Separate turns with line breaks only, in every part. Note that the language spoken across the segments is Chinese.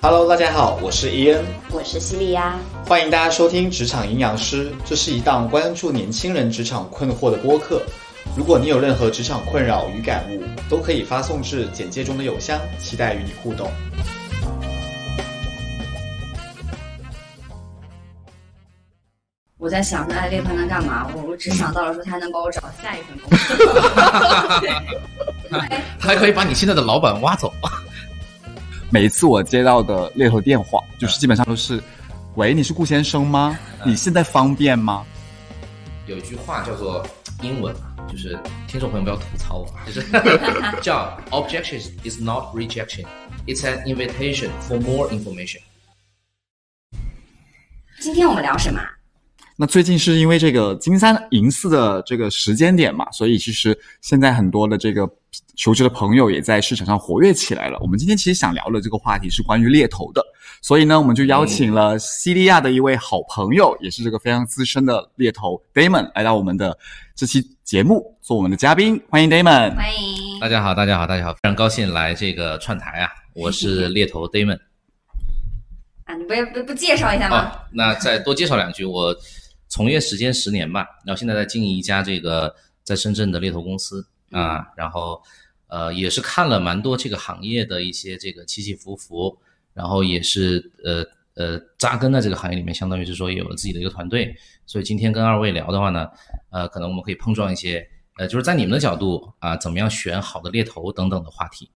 Hello，大家好，我是伊恩，
我是西利亚。
欢迎大家收听《职场营养师》，这是一档关注年轻人职场困惑的播客。如果你有任何职场困扰与感悟，都可以发送至简介中的邮箱，期待与你互动。
我在想，那艾薇她能干嘛？我我只想到了说她能帮我找下一份工 作，对
还可以把你现在的老板挖走。
每次我接到的猎头电话，就是基本上都是：“喂，你是顾先生吗？
嗯
你现在方便吗
有一句话叫做英文啊，就是听众朋友不要吐槽我啊，就是 叫 objection is not rejection, it's an invitation for more information。
今天我们聊什么啊？？”
那最近是因为这个金三银四的这个时间点嘛，所以其实现在很多的这个求职的朋友也在市场上活跃起来了。我们今天其实想聊的这个话题是关于猎头的，所以呢，我们就邀请了西利亚的一位好朋友，也是这个非常资深的猎头 Damon 来到我们的这期节目做我们的嘉宾，欢迎 Damon。
欢迎
大家好，大家好，大家好，非常高兴来这个串台啊，我是猎头 Damon
啊！你不要不不介绍一下吗？
啊。那再多介绍两句，我从业时间十年吧，然后现在在经营一家这个在深圳的猎头公司啊，然后呃也是看了蛮多这个行业的一些这个起起伏伏，然后也是呃呃扎根在这个行业里面，相当于是说也有了自己的一个团队，所以今天跟二位聊的话呢，呃，可能我们可以碰撞一些呃就是在你们的角度啊，怎么样选好的猎头等等的话题。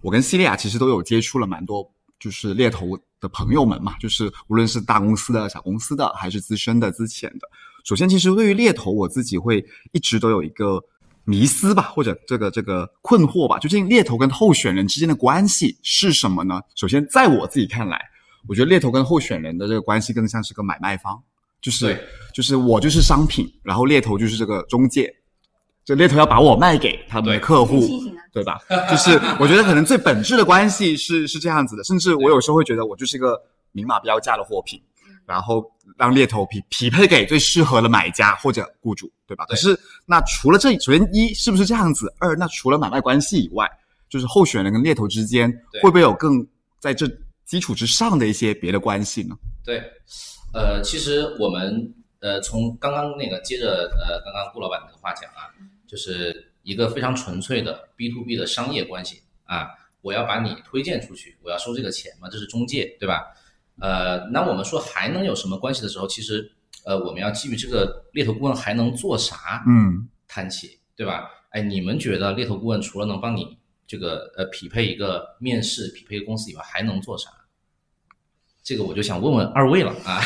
我跟西利亚其实都有接触了蛮多，就是猎头的朋友们嘛，就是无论是大公司的、小公司的，还是资深的、资浅的。首先，其实对于猎头，我自己会一直都有一个迷思吧，或者这个这个困惑吧，究竟猎头跟候选人之间的关系是什么呢？首先，在我自己看来，我觉得猎头跟候选人的这个关系更像是个买卖方，就是
对
就是我就是商品，然后猎头就是这个中介，这猎头要把我卖给他们的
对
客户
很清醒啊，
对吧？就是我觉得可能最本质的关系是是这样子的，甚至我有时候会觉得我就是一个明码标价的货品，
嗯
然后让猎头匹匹配给最适合的买家或者雇主，对吧？
对
可是那除了这，首先一是不是这样子？二那除了买卖关系以外，就是候选人跟猎头之间
对
会不会有更在这基础之上的一些别的关系呢？
对，呃，其实我们呃，从刚刚那个接着呃，刚刚顾老板那个话讲啊，就是一个非常纯粹的 B to B 的商业关系啊，我要把你推荐出去，我要收这个钱嘛，这是中介，对吧？呃，那我们说还能有什么关系的时候，其实呃，我们要基于这个猎头顾问还能做啥？
嗯，
谈起，对吧？哎，你们觉得猎头顾问除了能帮你这个呃匹配一个面试、匹配一个公司以外，还能做啥？这个我就想问问二位了啊。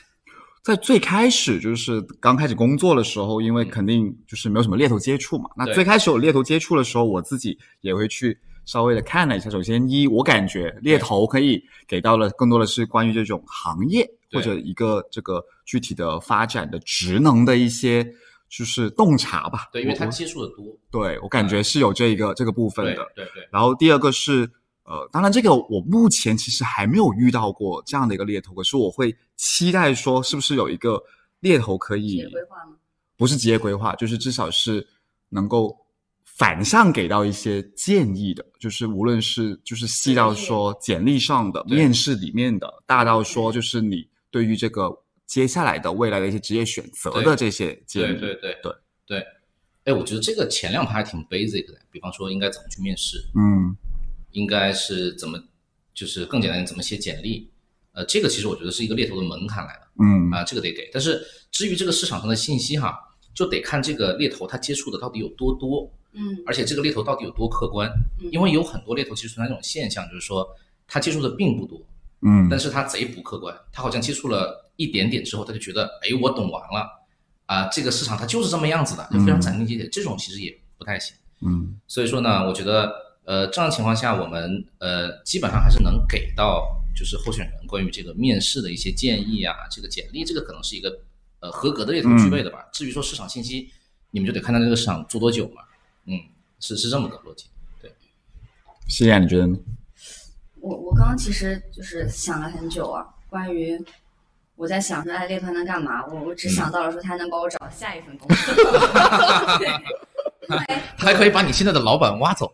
在最开始就是刚开始工作的时候，因为肯定就是没有什么猎头接触嘛。那
嗯对
最开始有猎头接触的时候，我自己也会去稍微的看了一下。首先一，我感觉猎头可以给到了更多的是关于这种行业
对
或者一个这个具体的发展的职能的一些就是洞察吧。
对，因为
我
他
我
接触的多，
对我感觉是有这一个这个部分
对
的。
对对，
然后第二个是，呃，当然这个我目前其实还没有遇到过这样的一个猎头，可是我会期待说，是不是有一个猎头可
职
以
业规划吗？
不是职业规划，就是至少是能够反向给到一些建议的，就是无论是就是细到说简历上的、
对
面试里面的，大到说就是你对于这个接下来的未来的一些职业选择的
对
这些建
对
议，
对对
对
对。哎，我觉得这个前两排还挺 basic 的，比方说应该怎么去面试，
嗯，
应该是怎么，就是更简单怎么写简历，呃，这个其实我觉得是一个猎头的门槛来的。
嗯
啊，这个得给。但是至于这个市场上的信息哈，就得看这个猎头他接触的到底有多多，
嗯
而且这个猎头到底有多客观。
嗯，
因为有很多猎头其实存在这种现象，就是说他接触的并不多，
嗯，
但是他贼不客观，他好像接触了一点点之后，他就觉得哎，我懂完了啊，这个市场它就是这么样子的，就非常斩钉截铁。这种其实也不太行。
嗯
所以说呢，我觉得呃这样的情况下，我们呃基本上还是能给到就是候选人关于这个面试的一些建议啊，这个简历这个可能是一个呃合格的猎头具备的吧。至于说市场信息，你们就得看他这个市场做多久嘛，嗯，是是这么个逻辑。
西啊亚你觉得呢？
我我刚刚其实就是想了很久啊，关于我在想说，哎，猎头能干嘛？我我只
嗯
想到了说他能帮我找下一份工作。
他还可以把你现在的老板挖走。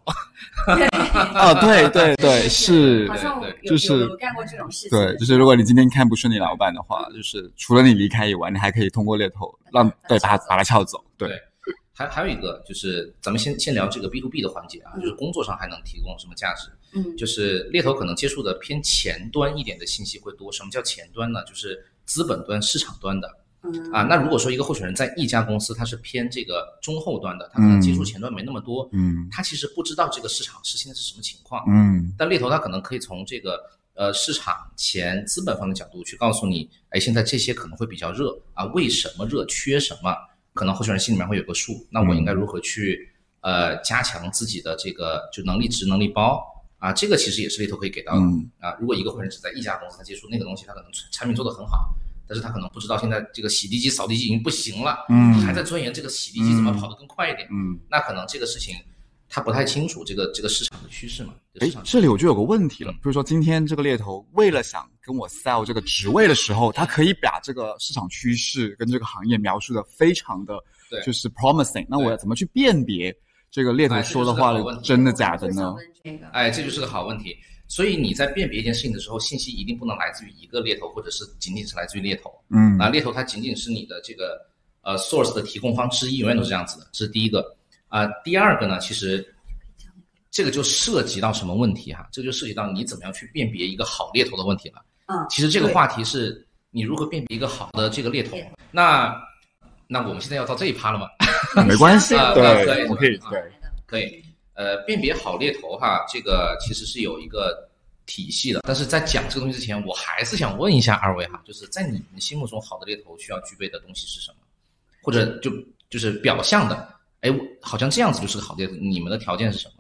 啊，对对对，是
好，像我有
对就是
有有干过这种事情。
对，就是如果你今天看不顺你老板的话，就是除了你离开以外，你还可以通过猎头让对把他把他撬走，对
对还还有一个就是，咱们先先聊这个 B to B 的环节啊，就是工作上还能提供什么价值？
嗯，
就是猎头可能接触的偏前端一点的信息会多。什么叫前端呢？就是资本端、市场端的
嗯
啊。那如果说一个候选人在一家公司，他是偏这个中后端的，他可能接触前端没那么多，
嗯
他其实不知道这个市场是现在是什么情况。
嗯
但猎头他可能可以从这个呃市场前资本方的角度去告诉你，哎，现在这些可能会比较热啊，为什么热，缺什么，可能候选人心里面会有个数，那我
嗯
应该如何去呃加强自己的这个就能力值、能力包啊，这个其实也是猎头可以给到的、
嗯
啊。如果一个候选人只在一家公司，他接触那个东西，他可能产品做得很好。但是他可能不知道现在这个洗地机、扫地机已经不行了，
嗯
还在钻研这个洗地机怎么跑得更快一点，
嗯。
那可能这个事情他不太清楚这个这个市场的趋势嘛。这个
哎
市场，趋势
这里我就有个问题了，
嗯
就是说今天这个猎头为了想跟我 sell 这个职位的时候，他可以把这个市场趋势跟这个行业描述的非常的
对
就是 promising，那我要怎么去辨别这个猎头
哎这
说的
就是
话
个好问题
真的假的
我就想
呢？
问这个，
哎，这就是个好问题。所以你在辨别一件事情的时候，信息一定不能来自于一个猎头，或者是仅仅是来自于猎头。
嗯
啊，猎头它仅仅是你的这个呃 source 的提供方之一，永远都是这样子的。这是第一个啊、第二个呢，其实这个就涉及到什么问题哈、这就涉及到你怎么样去辨别一个好猎头的问题了。
嗯，
其实这个
对
话题是你如何辨别一个好的这个猎头。那那我们现在要到这一趴了吗？
没关系
啊，
对
可以
我可以
啊
对
嗯
可以。呃，辨别好猎头哈，这个其实是有一个体系的。但是在讲这个东西之前，我还是想问一下二位哈，就是在你们心目中好的猎头需要具备的东西是什么？或者就就是表象的，哎，我好像这样子就是个好猎头，你们的条件是什么？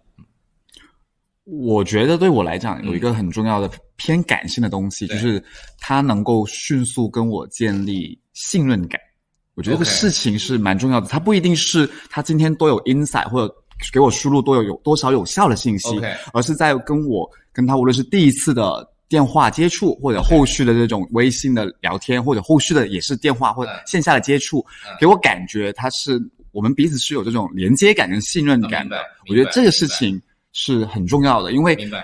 我觉得对我来讲
嗯
有一个很重要的偏感性的东西，
对
就是它能够迅速跟我建立信任感。我觉得这个
OK
事情是蛮重要的，它不一定是他今天多有 insight 或者给我输入多有有多少有效的信息
OK
而是在跟我跟他无论是第一次的电话接触，或者后续的这种微信的聊天，或者后续的也是电话或者
嗯
线下的接触
嗯，
给我感觉他是我们彼此是有这种连接感跟信任
啊
感
明
的
白。
我觉
明
得
白
这个事
明白
情是很重要的，因为
明白？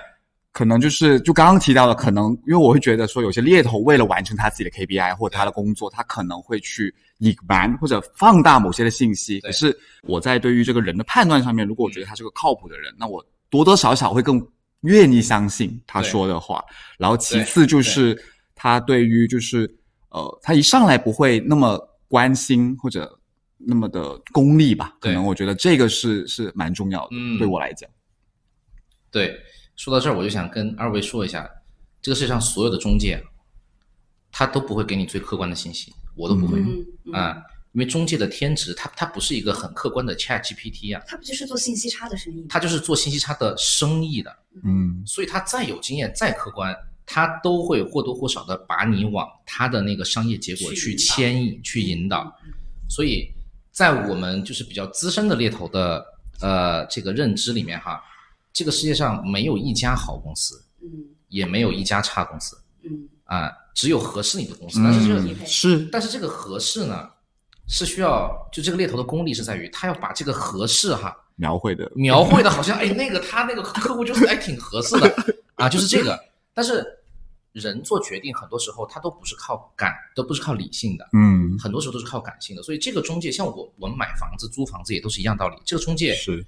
可能就是就刚刚提到的，可能因为我会觉得说，有些猎头为了完成他自己的 KPI 或者他的工作，他可能会去隐瞒或者放大某些的信息。
对嗯
可是我在对于这个人的判断上面，如果我觉得他是个靠谱的人，那我多多少少会更愿意相信他说的话。然后其次就是他对于就是呃，他一上来不会那么关心或者那么的功利吧？可
对
能我觉得这个是是蛮重要的，
嗯
对我来讲。
对，说到这儿，我就想跟二位说一下，这个世界上所有的中介啊，他都不会给你最客观的信息，我都不会。
嗯嗯
啊，因为中介的天职，它它不是一个很客观的 Chat GPT 啊，
他不就是做信息差的生意吗？
它就是做信息差的生意的，
嗯
所以他再有经验、再客观，他都会或多或少的把你往他的那个商业结果
去
去
引导
牵引、去引导。所以在我们就是比较资深的猎头的呃这个认知里面哈，这个世界上没有一家好公司，
嗯
也没有一家差公司
嗯
啊、只有合适你的公司。但是这个
嗯，是
但是这个合适呢，是需要就这个猎头的功力是在于他要把这个合适哈
描绘的
描绘的好像哎那个他那个客户就是哎挺合适的 啊，就是这个。但是人做决定很多时候他都不是靠感，都不是靠理性的，
嗯，
很多时候都是靠感性的。所以这个中介像我我们买房子租房子也都是一样道理，这个中介
是，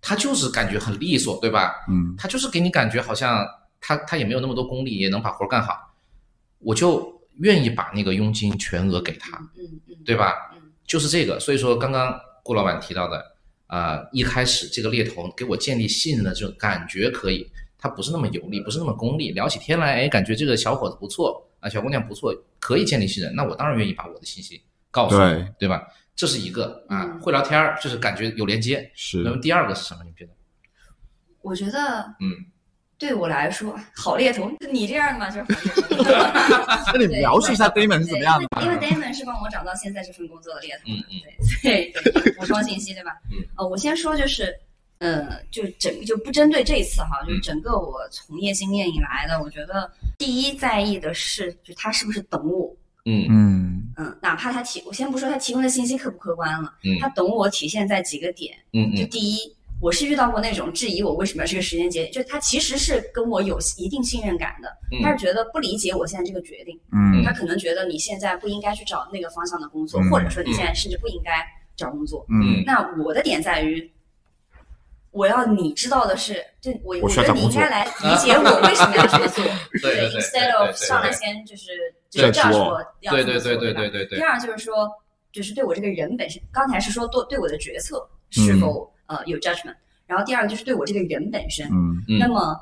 他就是感觉很利索，对吧？
嗯
他就是给你感觉好像他他也没有那么多功力，也能把活儿干好，我就愿意把那个佣金全额给他。
嗯嗯，
对吧？
嗯
就是这个。所以说，刚刚顾老板提到的，啊，一开始这个猎头给我建立信任的这种感觉可以，他不是那么有力，不是那么功利，聊起天来，哎，感觉这个小伙子不错啊，小姑娘不错，可以建立信任，那我当然愿意把我的信息告诉你，
对
对吧？这是一个啊
嗯，
会聊天儿，就是感觉有连接。
是
那么第二个是什么？你觉得？
我觉得
嗯，
对我来说，好猎头， 你这样的嘛就是好猎头。
那你描述一下 Damon 是怎么样的？
对因为因为 Damon 是帮我找到现在这份工作的猎头，
嗯嗯
对， 所以对补充信息对吧？
嗯，
呃，我先说就是，呃，就整就不针对这一次哈，就是整个我从业经验以来的，我觉得第一在意的是，就他是不是懂我，
嗯
嗯
嗯，哪怕他提，我先不说他提供的信息客不客观了，
嗯
他懂我体现在几个点。
嗯
就
嗯
第一，我是遇到过那种质疑我为什么要这个时间节点，就是他其实是跟我有一定信任感的，他是
嗯
觉得不理解我现在这个决定，
嗯
他可能觉得你现在不应该去找那个方向的工作，
嗯
或者说你现在甚至不应该找工作。
嗯
那我的点在于，我要你知道的是，就我
我
我
需
觉
要
得
找
你
工
应
作
该来理解我为什么要这么做，
对对对
，instead
对对
of
对
上来先就是就是这
再
样
说
说要
对
这么
对
做
对
对
对
吧
对对对
第，二就是说，就是对我这个人本身，刚才是说对对我的决策
嗯
是否、呃有 judgment，然后第二个就是对我这个人本身。
嗯
嗯
那么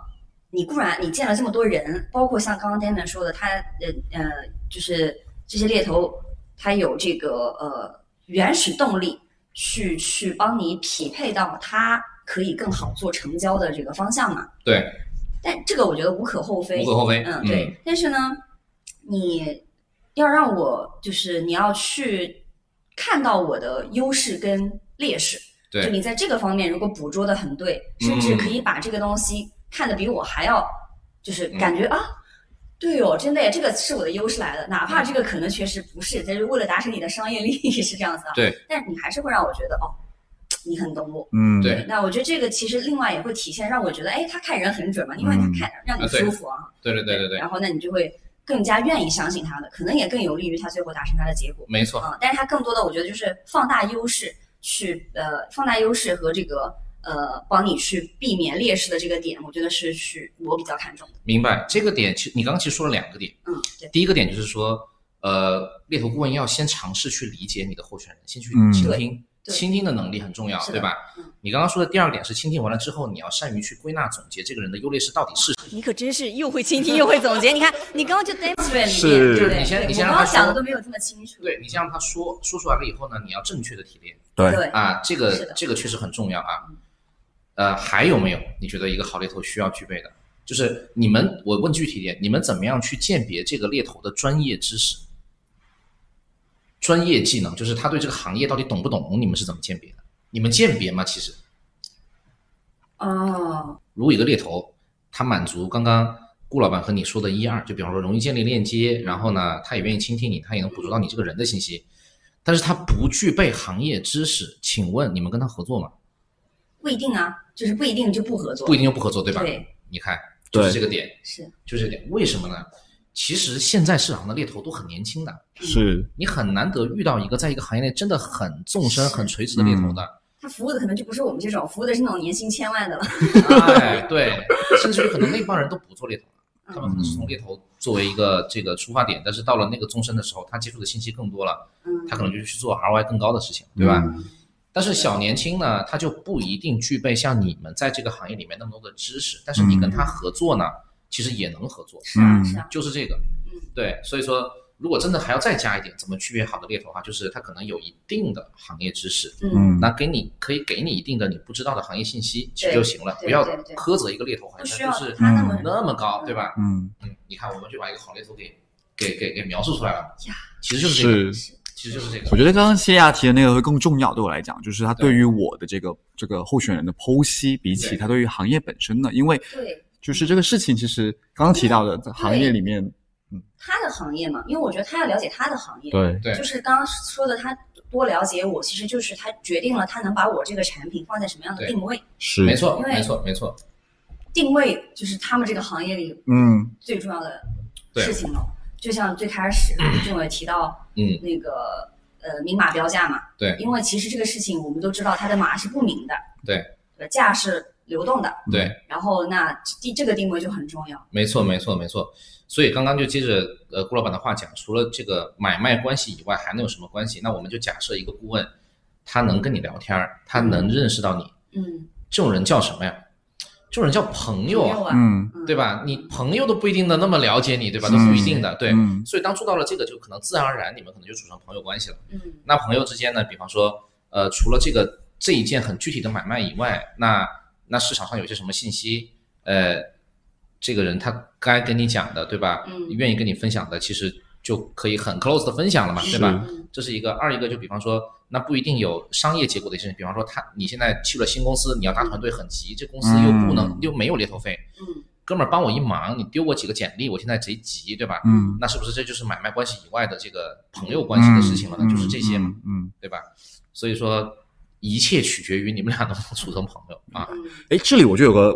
你固然你见了这么多人，包括像刚刚 Damon 说的，他呃呃，就是这些猎头，他有这个呃原始动力去去帮你匹配到他可以更好做成交的这个方向嘛。
对
但这个我觉得无可厚非，
无可厚非。
嗯，对。但是呢，你要让我就是你要去看到我的优势跟劣势。
对嗯
就你在这个方面如果捕捉的很对，甚至可以把这个东西看得比我还要，就是
嗯
感觉、啊。对哦，真的耶，这个是我的优势来的，哪怕这个可能确实不是，但是为了达成你的商业利益是这样子啊。
对，
但你还是会让我觉得哦，你很懂我，
嗯
对
那我觉得这个其实另外也会体现，让我觉得，哎，他看人很准嘛，因为他看让你
啊对
舒服啊，
对对对对对，
然后那你就会更加愿意相信他的，可能也更有利于他最后达成他的结果
没错。
啊、但是他更多的，我觉得就是放大优势去呃放大优势和这个呃帮你去避免劣势的这个点，我觉得是去我比较看重的。
明白这个点，其实你刚刚其实说了两个点，
嗯，对，
第一个点就是说，呃，猎头顾问要先尝试去理解你的候选人，先去
嗯
倾听，
对对
倾听的能力很重要，
是的
对吧？
嗯
你刚刚说的第二个点是倾听完了之后，你要善于去归纳总结这个人的优劣势到底是什么。
你可真是又会倾听又会总结，你看你刚刚就 demonstrate
是面对
就
不
是你先你
我
先
刚
让他
刚想的
说
都，没有这么清楚。
对你先让他说说出来了以后呢，你要正确的提炼
对
对
啊，这
是
个
的
这个确实很重要啊。呃，还有没有你觉得一个好猎头需要具备的？就是你们，我问具体点，你们怎么样去鉴别这个猎头的专业知识、专业技能？就是他对这个行业到底懂不懂？你们是怎么鉴别的？你们鉴别吗？其实，
哦，
如果一个猎头他满足刚刚顾老板和你说的一二，就比方说容易建立链接，然后呢，他也愿意倾听你，他也能捕捉到你这个人的信息，但是他不具备行业知识，请问你们跟他合作吗？
不一定啊，就是不一定就不合作，
不一定就不合作，对吧？
对
你看，就是
对
这个点，
是
就是这个点。为什么呢？其实现在市场的猎头都很年轻的，
是
你很难得遇到一个在一个行业内真的很纵深、很垂直的猎头的。
他服务的可能就不是我们这种，服务的是那种年薪千万的了。
嗯
哎，对，甚至于可能那帮人都不做猎头了，他们可能
嗯
是从猎头作为一个这个出发点，但是到了那个纵深的时候，他接触的信息更多了，
嗯，
他可能就去做 ROI 更高的事情，对吧？
嗯
但是小年轻呢，他就不一定具备像你们在这个行业里面那么多的知识，但是
嗯
你跟他合作呢，其实也能合作。
是啊是啊，
就是这个
嗯，
对，所以说如果真的还要再加一点，怎么区别好的猎头的话，就是他可能有一定的行业知识，
嗯，
嗯
那给你可以给你一定的你不知道的行业信息其实
对
就行了，
对
不要
对对
苛责一个猎头好
不需要
像就是
他那么
嗯
那么高，对吧？
嗯
嗯，你看我们就把一个好猎头给给给给描述出来了
呀，
其实就是这个，
是
其实就是这个，
我觉得刚刚谢亚提的那个会更重要，对我来讲，就是他对于我的这个这个候选人的剖析，比起
对
他对于行业本身的，因为
对
就是这个事情，其实刚刚提到的在行业里面，
他的行业嘛，因为我觉得他要了解他的行业，
对
对
就是刚刚说的，他多了解我，其实就是他决定了他能把我这个产品放在什么样的
对
定位，
是
没，错，
因为
没错，没错，
定位就是他们这个行业里
嗯
最重要的
对
事情了。就像最开始政委提到
嗯，
那个呃明码标价嘛，
对
因为其实这个事情我们都知道，它的码是不明的，
对
对吧，价是流动的，
嗯
对，
然后那第这个定位就很重要。
没错，没错，没错。所以刚刚就接着呃顾老板的话讲，除了这个买卖关系以外，还能有什么关系？那我们就假设一个顾问，他能跟你聊天儿，他能认识到你，
嗯，
这种人叫什么呀？这种人叫朋友
朋友
啊，
啊
嗯
嗯
对？吧？你朋友都不一定能那么了解你，对吧？
是
都不一定的，对。
嗯
所以当做到了这个，就可能自然而然你们可能就处成朋友关系了。
嗯，
那朋友之间呢，比方说，呃，除了这个这一件很具体的买卖以外，那那市场上有些什么信息，呃，这个人他该跟你讲的，对吧？
嗯
愿意跟你分享的，其实就可以很 close 的分享了嘛，对吧？
嗯
这是一个，二一个就比方说，那不一定有商业结果的一些事情，比方说他你现在去了新公司，你要搭团队很急，这公司又不能、
嗯
又没有猎头费，
嗯
哥们儿帮我一忙，你丢我几个简历，我现在贼急，对吧？
嗯，
那是不是这就是买卖关系以外的这个朋友关系的事情了呢？
嗯
就是这些嘛，，
嗯，
对吧？所以说一切取决于你们俩能不能处成朋友啊。
嗯
哎，这里我就有个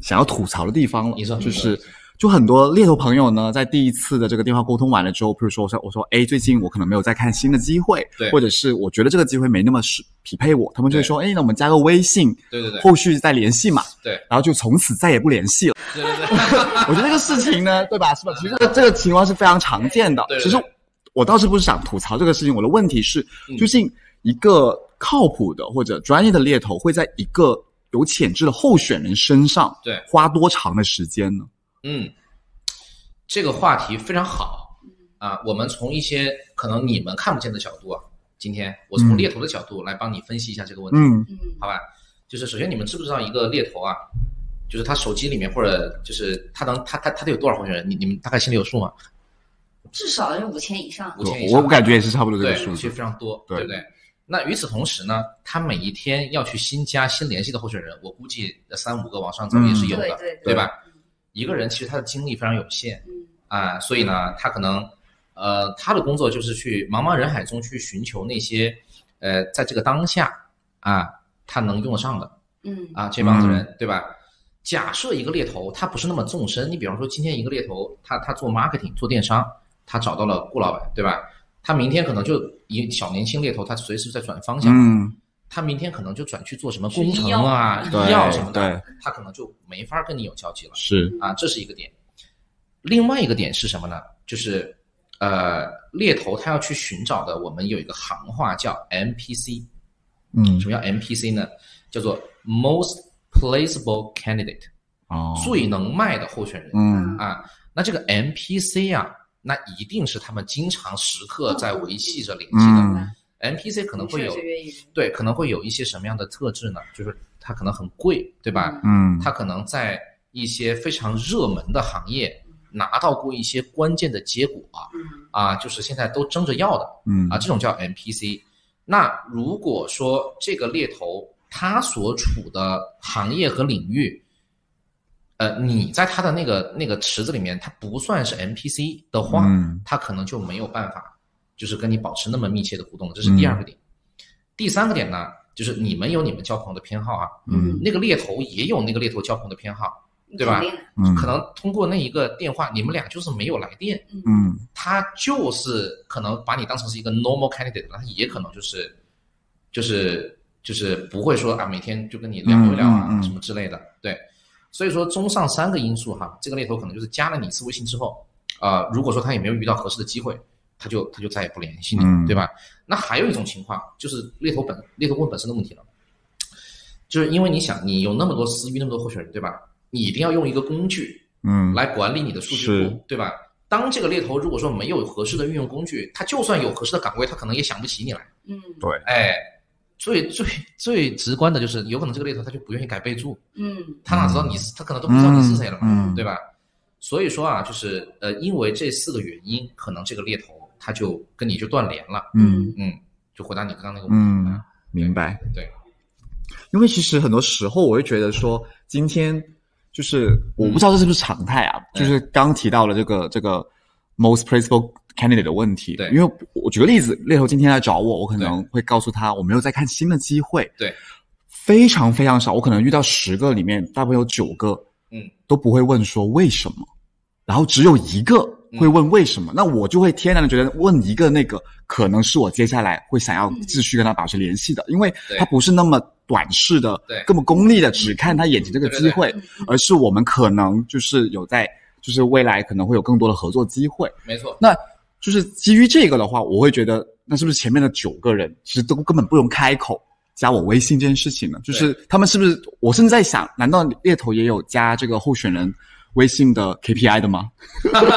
想要吐槽的地方了，
你说
就是。就很多猎头朋友呢，在第一次的这个电话沟通完了之后，比如说我说我说，哎，最近我可能没有在看新的机会，
对
或者是我觉得这个机会没那么适匹配我，他们就会说，哎，那我们加个微信，
对对对
后续再联系嘛，
对
然后就从此再也不联系了。
对对对，
我觉得这个事情呢，对吧？是吧？其实这个这个情况是非常常见的。
对对对
其实我倒是不是想吐槽这个事情，我的问题是
嗯，
究竟一个靠谱的或者专业的猎头会在一个有潜质的候选人身上，
对
花多长的时间呢？
嗯，这个话题非常好啊。我们从一些可能你们看不见的角度啊，今天我从
嗯
猎头的角度来帮你分析一下这个问题。
嗯
嗯
好吧？就是首先你们知不知道一个猎头啊，就是他手机里面或者就是他能他他他得有多少候选人？你你们大概心里有数吗？
至少有五千以上。
五千以
我
上，
我感觉也是差不多这
对
个，数
其实
字
非。常多，
对
对不对？那与此同时呢，他每一天要去新加新联系的候选人，我估计呃三五个往上走也是有的，
嗯对对对
吧？一个人其实他的精力非常有限
嗯
啊，所以呢，他可能呃，他的工作就是去茫茫人海中去寻求那些呃，在这个当下啊，他能用得上的，
嗯
啊，这帮子人、对吧？假设一个猎头他不是那么纵深，你比方说今天一个猎头他他做 marketing 做电商，他找到了顾老板对吧？他明天可能就一小年轻猎头，他随时在转方向，
嗯，
他明天可能就转去做什么
去
工程
医药
啊、
嗯
医药什么
对
的，他可能就没法跟你有交集了
是
啊，这是一个点。另外一个点是什么呢？就是呃，猎头他要去寻找的，我们有一个行话叫 MPC，
嗯
什么叫 MPC 呢？叫做 Most Placeable Candidate，、
哦，
最能卖的候选人、
嗯
啊。那这个 MPC 啊，那一定是他们经常时刻在维系着联系的。
嗯
MPC 可能会
确
有
实愿意人
对，可能会有一些什么样的特质呢？就是它可能很贵，对吧？
嗯
嗯
他可能在一些非常热门的行业拿到过一些关键的结果啊，
嗯
啊就是现在都争着要的。
嗯
啊，这种叫 NPC。那如果说这个猎头他所处的行业和领域，呃，你在他的那个那个池子里面，他不算是 NPC 的话，
嗯
他可能就没有办法，就是跟你保持那么密切的互动。这
嗯
是第二个点。第三个点呢，就是你们有你们交朋友的偏好啊，
嗯
那个猎头也有那个猎头交朋友的偏好，
嗯
对吧
肯定的
嗯
可能通过那一个电话，你们俩就是没有来电，
嗯
他就是可能把你当成是一个 normal candidate，他也可能就是就是就是不会说啊每天就跟你聊一聊啊、
嗯嗯嗯
什么之类的，对。所以说，综上三个因素哈，这个猎头可能就是加了你一次微信之后，呃，如果说他也没有遇到合适的机会，他就他就再也不联系你，
嗯
对吧？那还有一种情况就是猎头本猎头问本身的问题了，就是因为你想，你有那么多私域，那么多候选人，对吧？你一定要用一个工具，
嗯
来管理你的数据
是
库，对吧？当这个猎头如果说没有合适的运用工具，他就算有合适的岗位，他可能也想不起你来。
嗯
哎，最最最直观的就是，有可能这个猎头他就不愿意改备注，
嗯
他哪知道你是，他可能都不知道你是谁了嘛，
嗯嗯
对吧？所以说啊，就是呃，因为这四个原因，可能这个猎头他就跟你就断联了。
嗯
嗯，就回答你刚刚那个问题
嗯
啊，，
明白。
对，
因为其实很多时候我会觉得说，今天就是我不知道这是不是常态啊，
嗯
就是刚提到了这个这个 most placeable candidate 的问题。
对
因为我举个例子，猎头今天来找我，我可能会告诉他我没有在看新的机会。
对，
非常非常少，我可能遇到十个里面，大部分有九个，
嗯，
都不会问说为什么，然后只有一个。会问为什么？
嗯
那我就会天然的觉得问一个那个可能是我接下来会想要继续跟他保持联系的，
嗯
因为
对
他不是那么短视的
对、
根本功利的，只看他眼前这个机会
对对对嗯，
而是我们可能就是有在，就是未来可能会有更多的合作机会。
没错，
那就是基于这个的话，我会觉得，那是不是前面的九个人其实都根本不用开口加我微信这件事情呢？就是他们是不是？我甚至在想，难道猎头也有加这个候选人微信的 KPI 的吗？
有吗？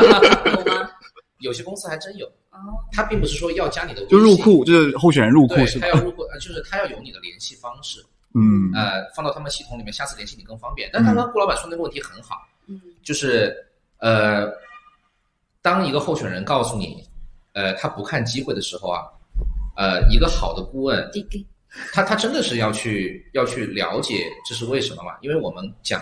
有些公司还真有，
哦，
他并不是说要加你的微信
就入，库，就是候选人入库
对
是，吧
他？要入库，呃就是他要有你的联系方式。
嗯
呃，放到他们系统里面，下次联系你更方便。但刚刚顾老板说那个问题很好，
嗯
就是呃，当一个候选人告诉你，呃，他不看机会的时候啊，呃，一个好的顾问，
滴滴，
他他真的是要去要去了解这是为什么嘛？因为我们讲，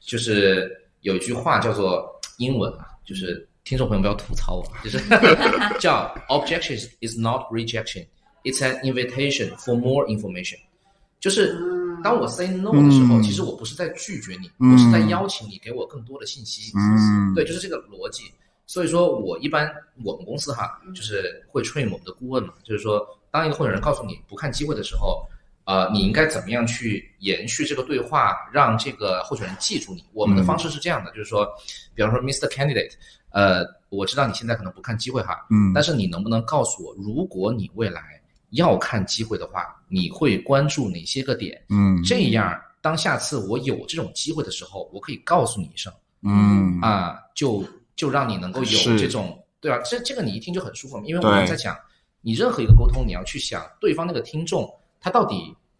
就是有一句话叫做英文啊，就是听众朋友不要吐槽我，啊就是 叫 objection is not rejection, it's an invitation for more information。就是当我 say no 的时候，
嗯
其实我不是在拒绝你，
嗯
我是在邀请你给我更多的信息。
嗯
对，就是这个逻辑。所以说我一般我们公司哈，就是会 train 我们的顾问嘛，就是说，当一个候选人告诉你不看机会的时候，呃，你应该怎么样去延续这个对话，让这个候选人记住你。我
嗯
们的方式是这样的，就是说，比方说 Mr. Candidate，呃，我知道你现在可能不看机会哈，
嗯，
但是你能不能告诉我，如果你未来要看机会的话，你会关注哪些个点？
嗯
这样，当下次我有这种机会的时候，我可以告诉你一声。
嗯
啊，就就让你能够有
是
这种对吧？这这个你一听就很舒服，因为我们
对
在讲，你任何一个沟通，你要去想对方那个听众他到底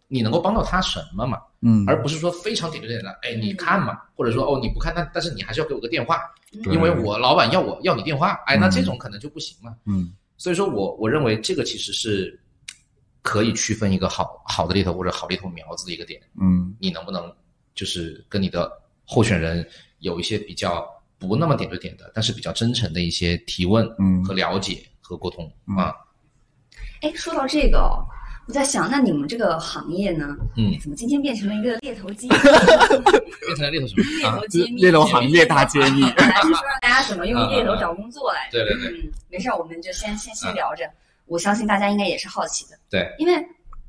你能够帮到他什么嘛，
嗯，
而不是说非常点对点的，哎，你看嘛，或者说哦你不看，但但是你还是要给我个电话，
对
因为我老板要我要你电话，哎，那
嗯
这种可能就不行嘛。
嗯
所以说我我认为这个其实是可以区分一个好好的猎头或者好猎头苗子的一个点。
嗯
你能不能就是跟你的候选人有一些比较不那么点对点的，但是比较真诚的一些提问
嗯
和了解和沟通
嗯
啊，
哎，说到这个哦，我在想，那你们这个行业呢，
嗯，
怎么今天变成了一个猎头 机？
变成了猎头什么
猎
啊？。
头揭秘，
猎头行业大揭秘
本来 是说让大家怎么用猎头找工作来
对对对嗯
嗯，没事儿，我们就先先先聊着。我相信大家应该也是好奇的。
对，
因为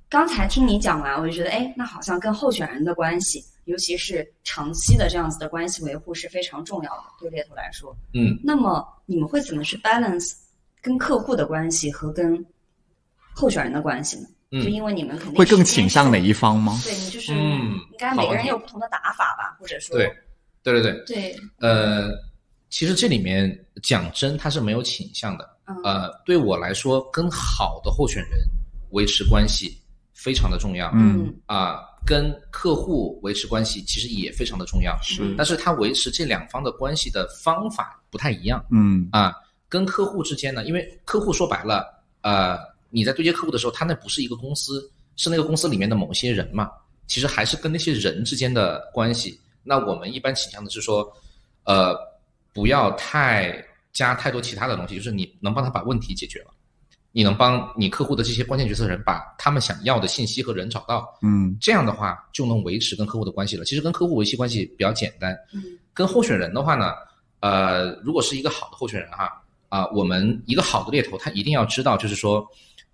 刚才听你讲完，我就觉得，哎，那好像跟候选人的关系，尤其是长期的这样子的关系维护是非常重要的，对猎头来说。
嗯，
那么你们会怎么去 balance 跟客户的关系和跟候选人的关系呢？
嗯
就因为你们肯定
会更
是
倾向哪一方吗？
对你就是
嗯
应该每个
好问
人
题
有不同的打法吧，或者说
对，对对对，
对，
呃，其实这里面讲真，它是没有倾向的。
嗯
呃，对我来说，跟好的候选人维持关系非常的重要。
嗯
啊，跟客户维持关系其实也非常的重要，
是
但是它维持这两方的关系的方法不太一样
嗯
啊。跟客户之间呢，因为客户说白了，呃，你在对接客户的时候，他那不是一个公司，是那个公司里面的某些人嘛，其实还是跟那些人之间的关系。那我们一般倾向的是说，呃，不要太加太多其他的东西，就是你能帮他把问题解决了，你能帮你客户的这些关键决策人把他们想要的信息和人找到，
嗯
这样的话就能维持跟客户的关系了。其实跟客户维系关系比较简单，
嗯
跟候选人的话呢，呃，如果是一个好的候选人哈，啊、我们一个好的猎头，他一定要知道，就是说，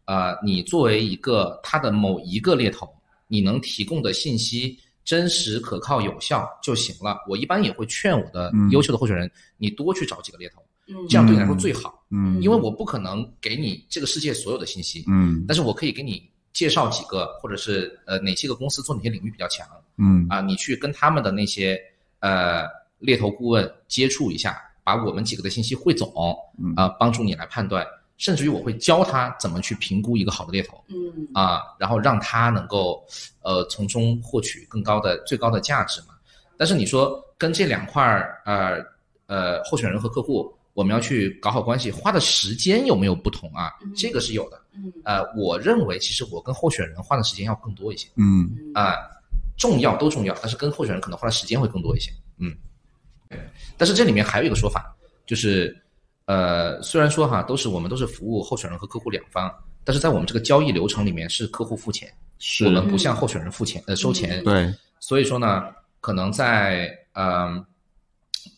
呃，你作为一个他的某一个猎头，你能提供的信息真实、可靠、有效就行了。我一般也会劝我的
嗯
优秀的候选人，你多去找几个猎头，
嗯，
这样对你来说最好，
嗯
因为我不可能给你这个世界所有的信息，
嗯
但是我可以给你介绍几个，或者是呃哪些个公司做哪些领域比较强
嗯
啊，你去跟他们的那些呃猎头顾问接触一下，把我们几个的信息汇总
嗯
啊，帮助你来判断，甚至于我会教他怎么去评估一个好的猎头
嗯
啊，然后让他能够呃从中获取更高的最高的价值嘛。但是你说跟这两块儿呃呃候选人和客户，我们要去搞好关系，花的时间有没有不同啊
嗯？
这个是有的。
嗯
呃，我认为其实我跟候选人花的时间要更多一些
嗯
嗯
啊、重要都重要，但是跟候选人可能花的时间会更多一些。嗯，但是这里面还有一个说法，就是呃，虽然说哈都是我们都是服务候选人和客户两方，但是在我们这个交易流程里面是客户付钱，
是
我们不向候选人付钱呃收钱。
嗯
对
所以说呢，可能在嗯、呃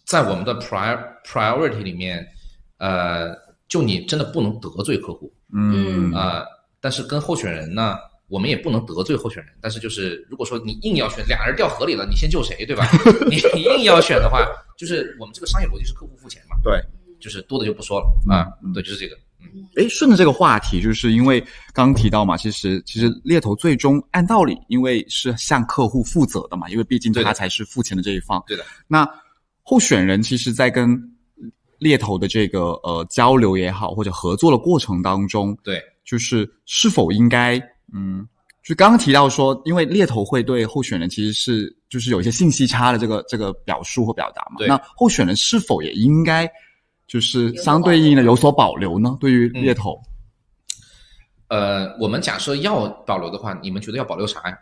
在我们的 prior priority 里面，呃，就你真的不能得罪客户。
嗯
呃，但是跟候选人呢，我们也不能得罪候选人。但是就是，如果说你硬要选俩人掉河里了，你先救谁，对吧？ 你你硬要选的话，就是我们这个商业逻辑是客户付钱嘛，
对。
就是多的就不说了啊
嗯嗯。
对，就是这个。嗯
诶，哎顺着这个话题，就是因为刚刚提到嘛，其实其实猎头最终按道理，因为是向客户负责的嘛，因为毕竟
对的
他才是付钱的这一方。
对的。
那候选人其实，在跟猎头的这个呃交流也好，或者合作的过程当中，
对，
就是是否应该嗯。就刚刚提到说，因为猎头会对候选人其实是就是有一些信息差的这个这个表述或表达嘛，
对
那候选人是否也应该就是
有所
相对
保留
应的有所保留呢？对于猎
嗯
头，
呃，我们假设要保留的话，你们觉得要保留啥呀？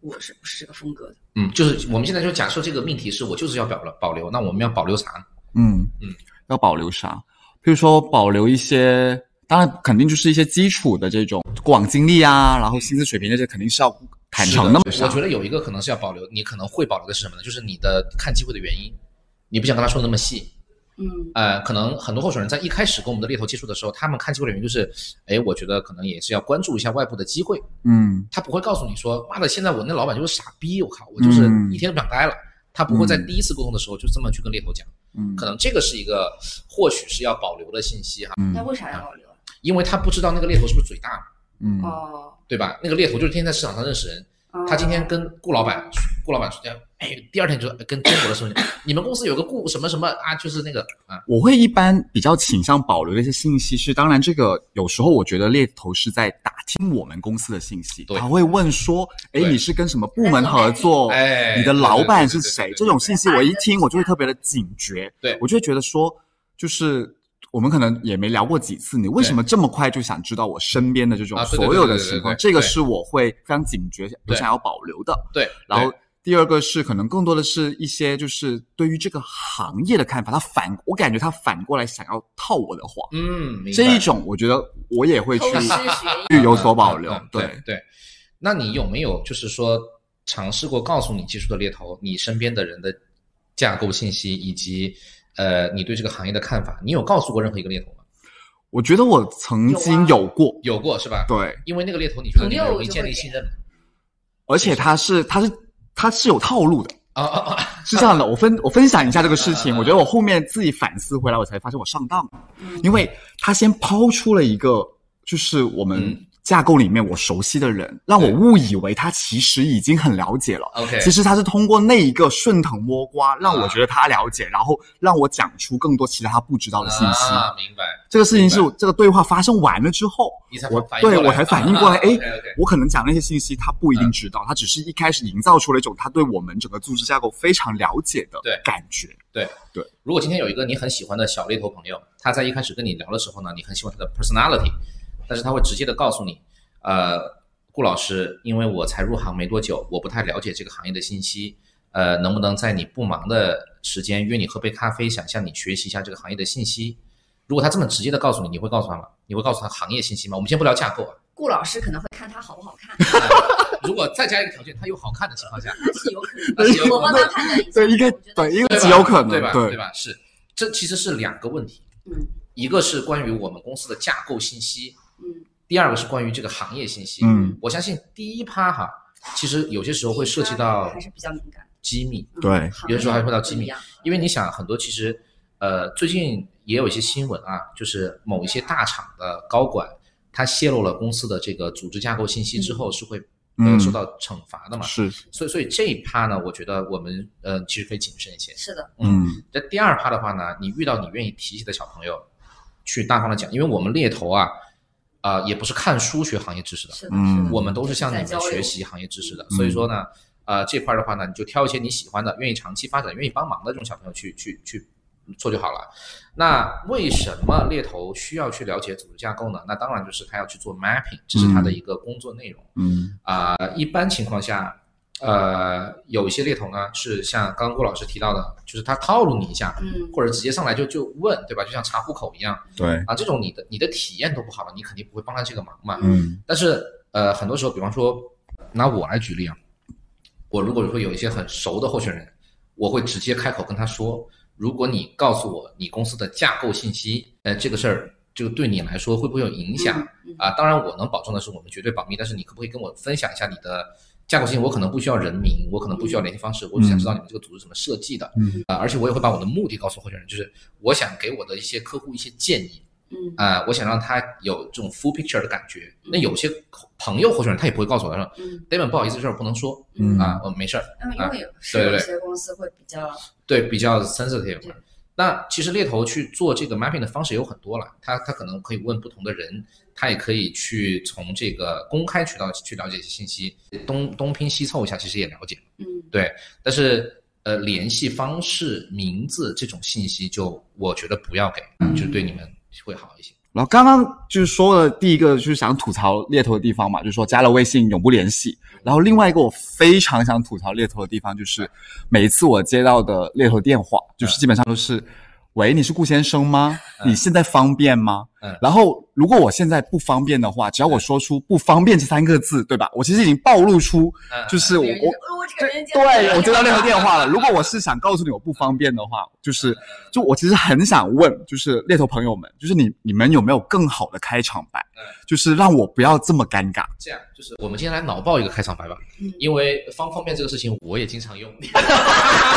我是不是这个风格的。
嗯，就是我们现在就假设这个命题是我就是要保留保留，那我们要保留啥呢？
嗯
嗯，
要保留啥？比如说保留一些，当然肯定就是一些基础的这种过往经历啊，然后薪资水平这些肯定是要坦诚的嘛。
我觉得有一个可能是要保留，你可能会保留的是什么呢？就是你的看机会的原因，你不想跟他说的那么细。
嗯
呃，可能很多候选人在一开始跟我们的猎头接触的时候，他们看机会的原因就是，哎，我觉得可能也是要关注一下外部的机会。
嗯
他不会告诉你说，妈的，现在我那老板就是傻逼，我靠，我就是
嗯
一天都不想待了。他不会在
嗯
第一次沟通的时候就这么去跟猎头讲，
嗯，
可能这个是一个或许是要保留的信息哈，
那
嗯
为啥要保留啊？
因为他不知道那个猎头是不是嘴大，
嗯
哦，
对吧？那个猎头就是天天在市场上认识人，
哦
他今天跟顾老板，顾老板说，哎，第二天就跟中国的时候，你们公司有个顾什么什么啊，就是那个啊，
我会一般比较倾向保留的一些信息是，当然这个有时候我觉得猎头是在打听我们公司的信息，
对
他会问说，哎，
对
你是跟什么部门合作？
哎，
哦你的老板是谁？
对哎
这种信息我一听我就会特别的警觉，
对
我就会觉得说，就是我们可能也没聊过几次，你为什么这么快就想知道我身边的这种
啊对对对
所有的情况？
对对对对
这个是我会非常警觉，我
对
想要保留的。
对，对
然后第二个是可能更多的是一些就是对于这个行业的看法，他反我感觉他反过来想要套我的话，
嗯，明白
这一种我觉得我也会去
偷师学艺。
去有所保留
嗯嗯。
对，
对，那你有没有就是说尝试过告诉你接触的猎头，你身边的人的架构信息以及呃你对这个行业的看法？你有告诉过任何一个猎头吗？
我觉得我曾经
有啊
有过，
有过是吧？，
对，
因为那个猎头你觉得你
朋
很
友
容易
就
建
会
立
这
信任吗
而且他是他是他是有套路的。
啊啊啊！
是这样的，我分我分享一下这个事情，
嗯
我觉得我后面自己反思回来，我才发现我上当了，
嗯
因为他先抛出了一个，就是我们
嗯
架构里面我熟悉的人，让我
对
误以为他其实已经很了解了。
OK，
其实他是通过那一个顺藤摸瓜，让
啊
我觉得他了解，然后让我讲出更多其他他不知道的信息。
啊，明白。
这个事情是
明
我这个对话发生完了之后
你才，
我
反应
对
过来
我才反应过来，
啊啊
哎、
OK，OK
我可能讲那些信息他不
嗯
一定知道，他只是一开始营造出了一种他对我们整个组织架构非常了解的
对
感觉。
如果今天有一个你很喜欢的小猎头朋友，他在一开始跟你聊的时候呢，你很喜欢他的 personality，但是他会直接的告诉你，呃，顾老师，因为我才入行没多久，我不太了解这个行业的信息，呃，能不能在你不忙的时间约你喝杯咖啡，想向你学习一下这个行业的信息？如果他这么直接的告诉你，你会告诉他吗？你会告诉他行业信息吗？我们先不聊架构啊， 呃
顾老师可能会看他好不好看，
如果再加一个条件，他又好看的情况下，
那是有可
那是有
能。我帮他判断一下，
对，应该
我觉得
对，应该
对吧
极有可能，
对吧？
对
吧？是，这其实是两个问题，
嗯
一个是关于我们公司的架构信息，
嗯
第二个是关于这个行业信息。
嗯，
我相信第一趴哈，其实有些时候会涉及到
还是比较敏感。
机密，
嗯
对
好
有的时候还会到机密
不一样
因为你想很多其实，呃，最近也有一些新闻啊，就是某一些大厂的高管他泄露了公司的这个组织架构信息之后，是会呃
嗯
受到惩罚的嘛。
是，
所以，所以这一趴呢，我觉得我们呃其实可以谨慎一些。
是的，
嗯
在第二趴的话呢，你遇到你愿意提起的小朋友，去大方的讲，因为我们猎头啊，啊、也不是看书学行业知识的，
是的，
嗯
是的。
我们都是向你
在
们
交流
学习行业知识的，
嗯
所以说呢，呃，这块儿的话呢，你就挑一些你喜欢的、愿意长期发展、愿意帮忙的这种小朋友去去去做就好了。那为什么猎头需要去了解组织架构呢？那当然就是他要去做 mapping，这是他的一个工作内容。
嗯
啊、一般情况下，呃，有一些猎头呢是像刚刚郭老师提到的，就是他套路你一下，
嗯
或者直接上来就就问，对吧？就像查户口一样
对，
啊，这种你的你的体验都不好了，你肯定不会帮他这个忙嘛。
嗯
但是呃，很多时候，比方说拿我来举例啊，我如果说有一些很熟的候选人，我会直接开口跟他说，如果你告诉我你公司的架构信息，呃，这个事儿这个对你来说会不会有影响？
嗯嗯
啊，当然我能保证的是我们绝对保密，但是你可不可以跟我分享一下你的架构信息？我可能不需要人名，我可能不需要联系方式，我只想知道你们这个组织怎么设计的。
嗯
啊，而且我也会把我的目的告诉候选人，就是我想给我的一些客户一些建议。
嗯
啊、我想让他有这种 full picture 的感觉。那有些朋友候选人他也不会告诉我，他说
嗯
David 不好意思，这事儿不能说
嗯
啊，我、没事儿，
嗯，因为有是
对对
有
对
一些公司会比较
对，比较 sensitive
对。
那其实猎头去做这个 mapping 的方式有很多了，他他可能可以问不同的人，他也可以去从这个公开渠道去了解一些信息，东东拼西凑一下，其实也了解。
嗯
对，但是呃，联系方
嗯
式、名字这种信息就，我觉得不要给，就对你们会好一些。
然后刚刚就是说了第一个就是想吐槽猎头的地方嘛，就是说加了微信永不联系。然后另外一个我非常想吐槽猎头的地方，就是每一次我接到的猎头电话，就是基本上都是“喂，你是顾先生吗？
嗯
你现在方便吗
嗯？”
然后如果我现在不方便的话，只要我说出“不方便”这三个字，对吧？我其实已经暴露出
嗯
就是我
别人就
我
说哦我这个人接不
对，
了
我接到那头电话了。如果我是想告诉你我不方便的话，就是就我其实很想问，就是猎头朋友们，就是你你们有没有更好的开场白
嗯，
就是让我不要这么尴尬？
这样，就是我们今天来脑爆一个开场白吧，
嗯
因为方方便这个事情我也 经常用。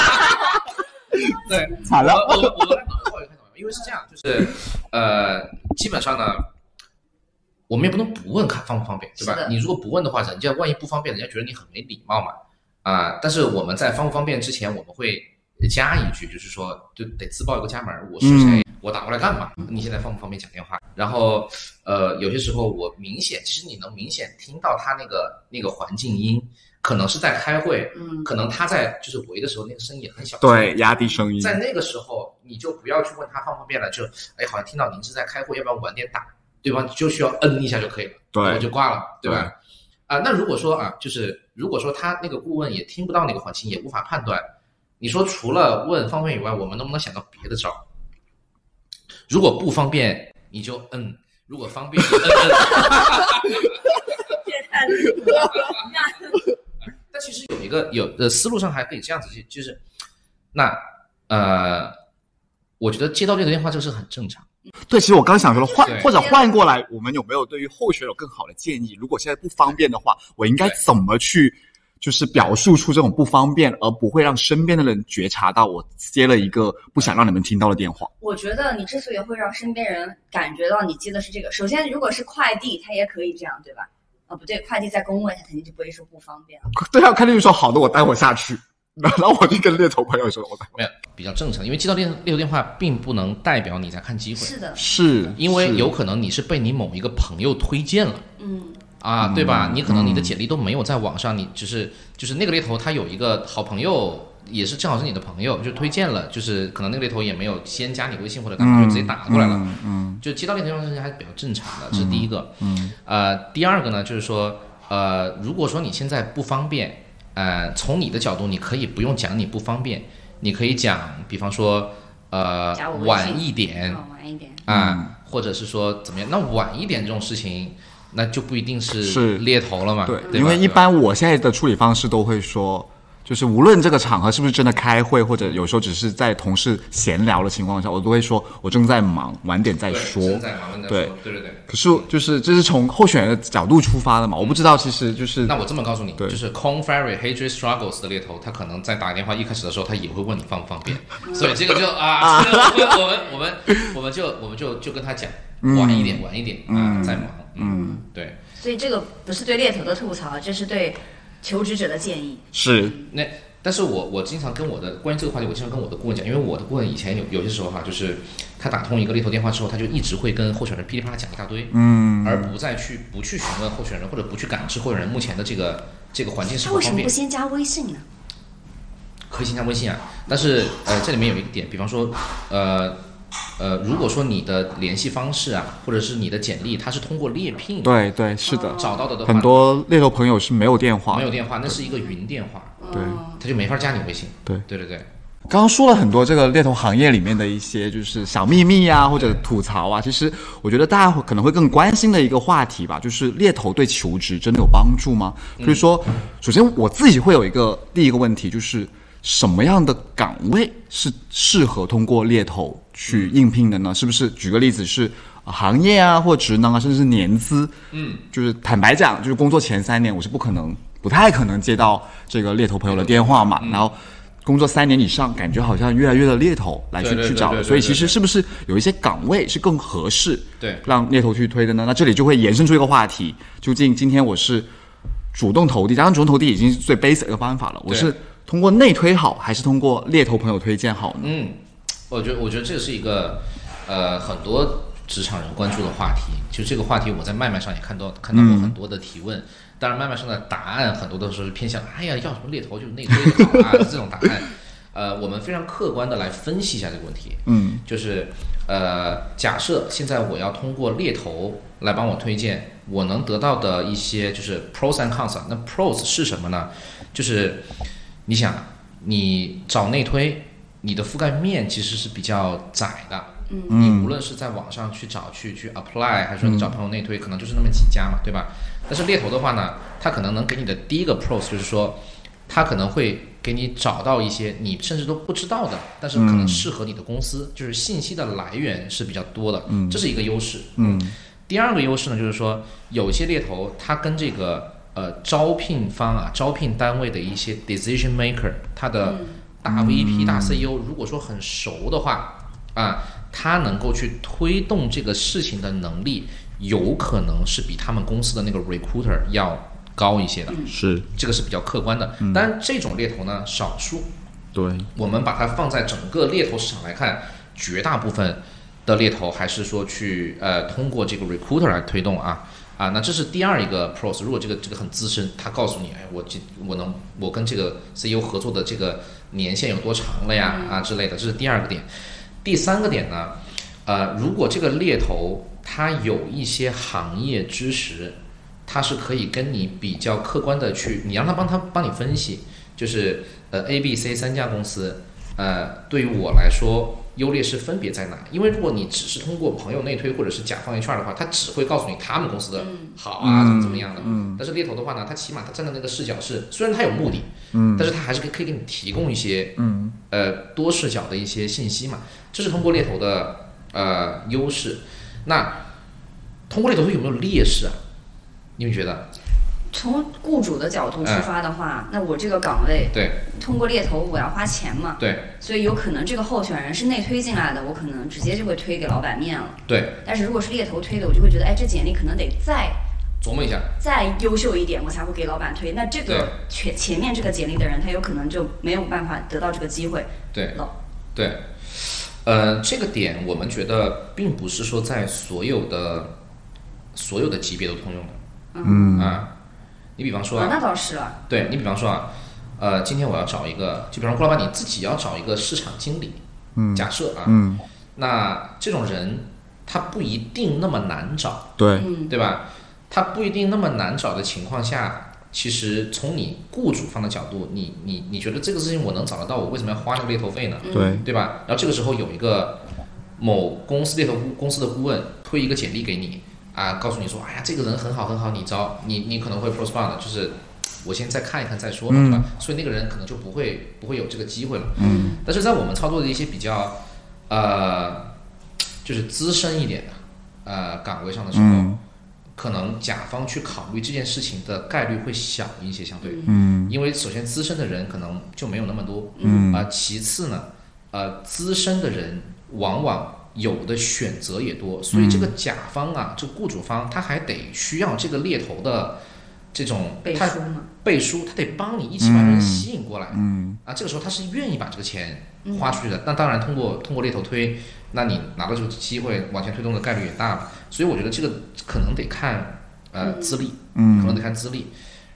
对，
惨了，
我我我来脑爆一个开场白吧，因为是这样，就是呃，基本上呢，我们也不能不问看方不方便，
是
对吧
的？
你如果不问的话，人家万一不方便，人家觉得你很没礼貌嘛。啊、但是我们在方不方便之前，我们会加一句，就是说，就得自报一个家门儿，我是谁，我打过来干嘛？你现在方不方便讲电话？然后，呃，有些时候我明显，其实你能明显听到他那个那个环境音，可能是在开会，
嗯
可能他在就是围的时候那个声音也很小，
对，压低声音，
在那个时候，你就不要去问他方不方便了，就哎，好像听到您是在开会，要不要晚点打，对吧？你就需要摁一下就可以了，我
对
就挂了，对吧？啊、那如果说啊，就是如果说他那个顾问也听不到那个环境，也无法判断，你说除了问方便以外，我们能不能想到别的招？如果不方便，你就摁；如果方便，你摁摁。
这也太离谱了
但其实有一个有呃思路上还可以这样子，就就是那呃，我觉得接到这个电话这个是很正常。
对。其实我刚想说了，换
对
或者换过来，我们有没有对于候选人有更好的建议？如果现在不方便的话，我应该
对
怎么去？就是表述出这种不方便，而不会让身边的人觉察到我接了一个不想让你们听到的电话。
我觉得你之所以会让身边人感觉到你接的是这个，首先如果是快递，他也可以这样，对吧？啊、不对，快递在公问，他肯定就不会说不方便了。
对啊，看见就说好的，我待会下去。 然后我就跟猎头朋友说，我待会
没有比较正常，因为接到猎猎头电话并不能代表你在看机会，
是的，
是
因为有可能你是被你某一个朋友推荐了
嗯，
啊，对吧？
嗯
你可能你的
嗯
简历都没有在网上，你只是就是那个猎头他有一个好朋友。也是正好是你的朋友，就推荐了，就是可能那个猎头也没有先加你微信或者干嘛，就直接打过来了。
嗯
就接到猎头电话这件事情还是比较正常的，这是第一个。
嗯
呃，第二个呢，就是说，呃，如果说你现在不方便，呃，从你的角度，你可以不用讲你不方便，你可以讲，比方说，呃
加我，微信嗯
晚一点
好晚一点。
啊、
嗯
或者是说怎么样？那晚一点这种事情，那就不一定是
是
猎头了嘛，
对，
吧
因为一
对吧
般我现在的处理方式都会说，就是无论这个场合是不是真的开会，或者有时候只是在同事闲聊的情况下，我都会说我正在忙，晚点再
对
说。
正在忙着在
对
说对对对。
可是就是这是从候选人的角度出发的嘛，我不知道其实就是
嗯那我这么告诉你，
对
就是 Con Ferry Hadrian Struggles 的猎头，他可能在打电话一开始的时候，他也会问你方不方便，所以这个就啊，这个我们我们我们我们就我们就就跟他讲，晚一点晚一点啊，再忙，嗯，对，
所以这个不是对猎头的吐槽，这是对求职者的建议。
是
那但是我我经常跟我的关于这个话题，我经常跟我的顾问讲，因为我的顾问以前有有些时候哈、就是他打通一个猎头电话之后，他就一直会跟候选人噼里啪啦讲一大堆，嗯，而不再去不去询问候选人或者不去感知候选人目前的这个这个环境是
那
否
为什
方
么
便
不。先加微信呢？
可以先加微信啊，但是呃，这里面有一个点，比方说，呃呃，如果说你的联系方式啊，或者是你的简历，它是通过猎聘
对对是的，
找到的的话，
很多猎头朋友是没有电话
没，有电话，那是一个云电话，
对。
他就没法加你微信。
对
对对对，
刚刚说了很多这个猎头行业里面的一些就是小秘密啊，或者吐槽啊。其实我觉得大家会可能会更关心的一个话题吧，就是猎头对求职真的有帮助吗？比如说，首先我自己会有一个第一个问题，就是什么样的岗位是适合通过猎头去应聘的呢？是不是？举个例子是。呃行业啊，或职能啊，甚至是年资，嗯，就是坦白讲，就是工作前三年，我是不可能、不太可能接到这个猎头朋友的电话嘛。然后工作三年以上，感觉好像越来越的猎头来去
对对
去
对
找
对
了，
对
所以
对
其实
对
是不是有一些岗位是更合适
对
让猎头去推的呢？那这里就会延伸出一个话题：究竟今天我是主动投递？当然，主动投递已经是最 basic 的方法了，我
对
是通过内推好，还是通过猎头朋友推荐好呢？
嗯，我觉得我觉得这是一个呃很多职场人关注的话题，就这个话题我在麦麦上也看到看到过很多的提问。当然，麦麦上的答案很多都是偏向，哎呀，要什么猎头就是内推就好啊，这种答案。呃，我们非常客观的来分析一下这个问题。
嗯
就是呃，假设现在我要通过猎头来帮我推荐，我能得到的一些就是 pros and cons 啊。那 pros 是什么呢？就是你想，你找内推，你的覆盖面其实是比较窄的。
嗯
你无论是在网上去找去去 apply，还是说你找朋友内推，可能就是那么几家嘛，对吧？但是猎头的话呢，它可能能给你的第一个 pros 就是说，它可能会给你找到一些你甚至都不知道的，但是可能适合你的公司，就是信息的来源是比较多的，这是一个优势。
嗯
第二个优势呢，就是说有一些猎头他跟这个呃招聘方啊、招聘单位的一些 decision maker，他的大 VP、大 CEO，如果说很熟的话啊，他能够去推动这个事情的能力，有可能是比他们公司的那个 recruiter 要高一些的，
嗯是
这个是比较客观的。当然，这种猎头呢少数，
对，
我们把它放在整个猎头市场来看，绝大部分的猎头还是说去呃通过这个 recruiter 来推动啊啊，那这是第二一个 pros。如果这个这个很资深，他告诉你，哎，我这我能我跟这个 CEO 合作的这个年限有多长了呀啊之类的，这是第二个点。第三个点呢，呃，如果这个猎头呃他有一些行业知识，他是可以跟你比较客观的去，你让他帮他帮你分析，就是呃 A、B、C 三家公司，呃，对于我来说优劣势分别在哪？因为如果你只是通过朋友内推或者是甲方 HR 的话，他只会告诉你他们公司的好啊、怎么怎么样的。但是猎头的话呢，他起码他站的那个视角是，虽然他有目的，嗯，但是他还是可以可以给你提供一些
嗯
呃多视角的一些信息嘛，这是通过猎头的呃优势。那通过猎头会有没有劣势啊？你们觉得？
从雇主的角度出发的话，那我这个岗位
对
通过猎头，我要花钱嘛，
对
所以有可能这个候选人是内推进来的，我可能直接就会推给老板面了。
对，
但是如果是猎头推的，我就会觉得，哎，这简历可能得再
琢磨一下，
再优秀一点，我才会给老板推。那这个前前面这个简历的人，他有可能就没有办法得到这个机会
对
了。
对，呃，这个点我们觉得并不是说在所有的所有的级别都通用的。嗯啊，你比方说
啊，
啊，
那倒是了。
对你比方说啊，呃，今天我要找一个，就比方说郭老板你自己要找一个市场经理，嗯，假设啊，
嗯
那这种人他不一定那么难找，
对
对吧？他不一定那么难找的情况下，其实从你雇主方的角度，你你你觉得这个事情我能找得到，我为什么要花那个猎头费呢？
对
对吧？然后这个时候有一个某公司猎头顾公司的顾问推一个简历给你啊，告诉你说，哎呀，这个人很好很好，你招你你可能会 prospond，的就是我先再看一看再说嘛，对吧？所以那个人可能就不会不会有这个机会了。嗯，但是在我们操作的一些比较呃，就是资深一点的呃岗位上的时候。
嗯
可能甲方去考虑这件事情的概率会小一些，相对，嗯，因为首先资深的人可能就没有那么多，嗯啊、其次呢，呃，资深的人往往有的选择也多，所以这个甲方啊，这个雇主方他还得需要这个猎头的这种
背
他
书嘛，
背书，他得帮你一起把人吸引过来。嗯，啊，这个时候他是愿意把这个钱花出去的。那当然，通过通过猎头推，那你拿到这个机会往前推动的概率也大了。所以我觉得这个可能得看呃资历，嗯，可能得看资历。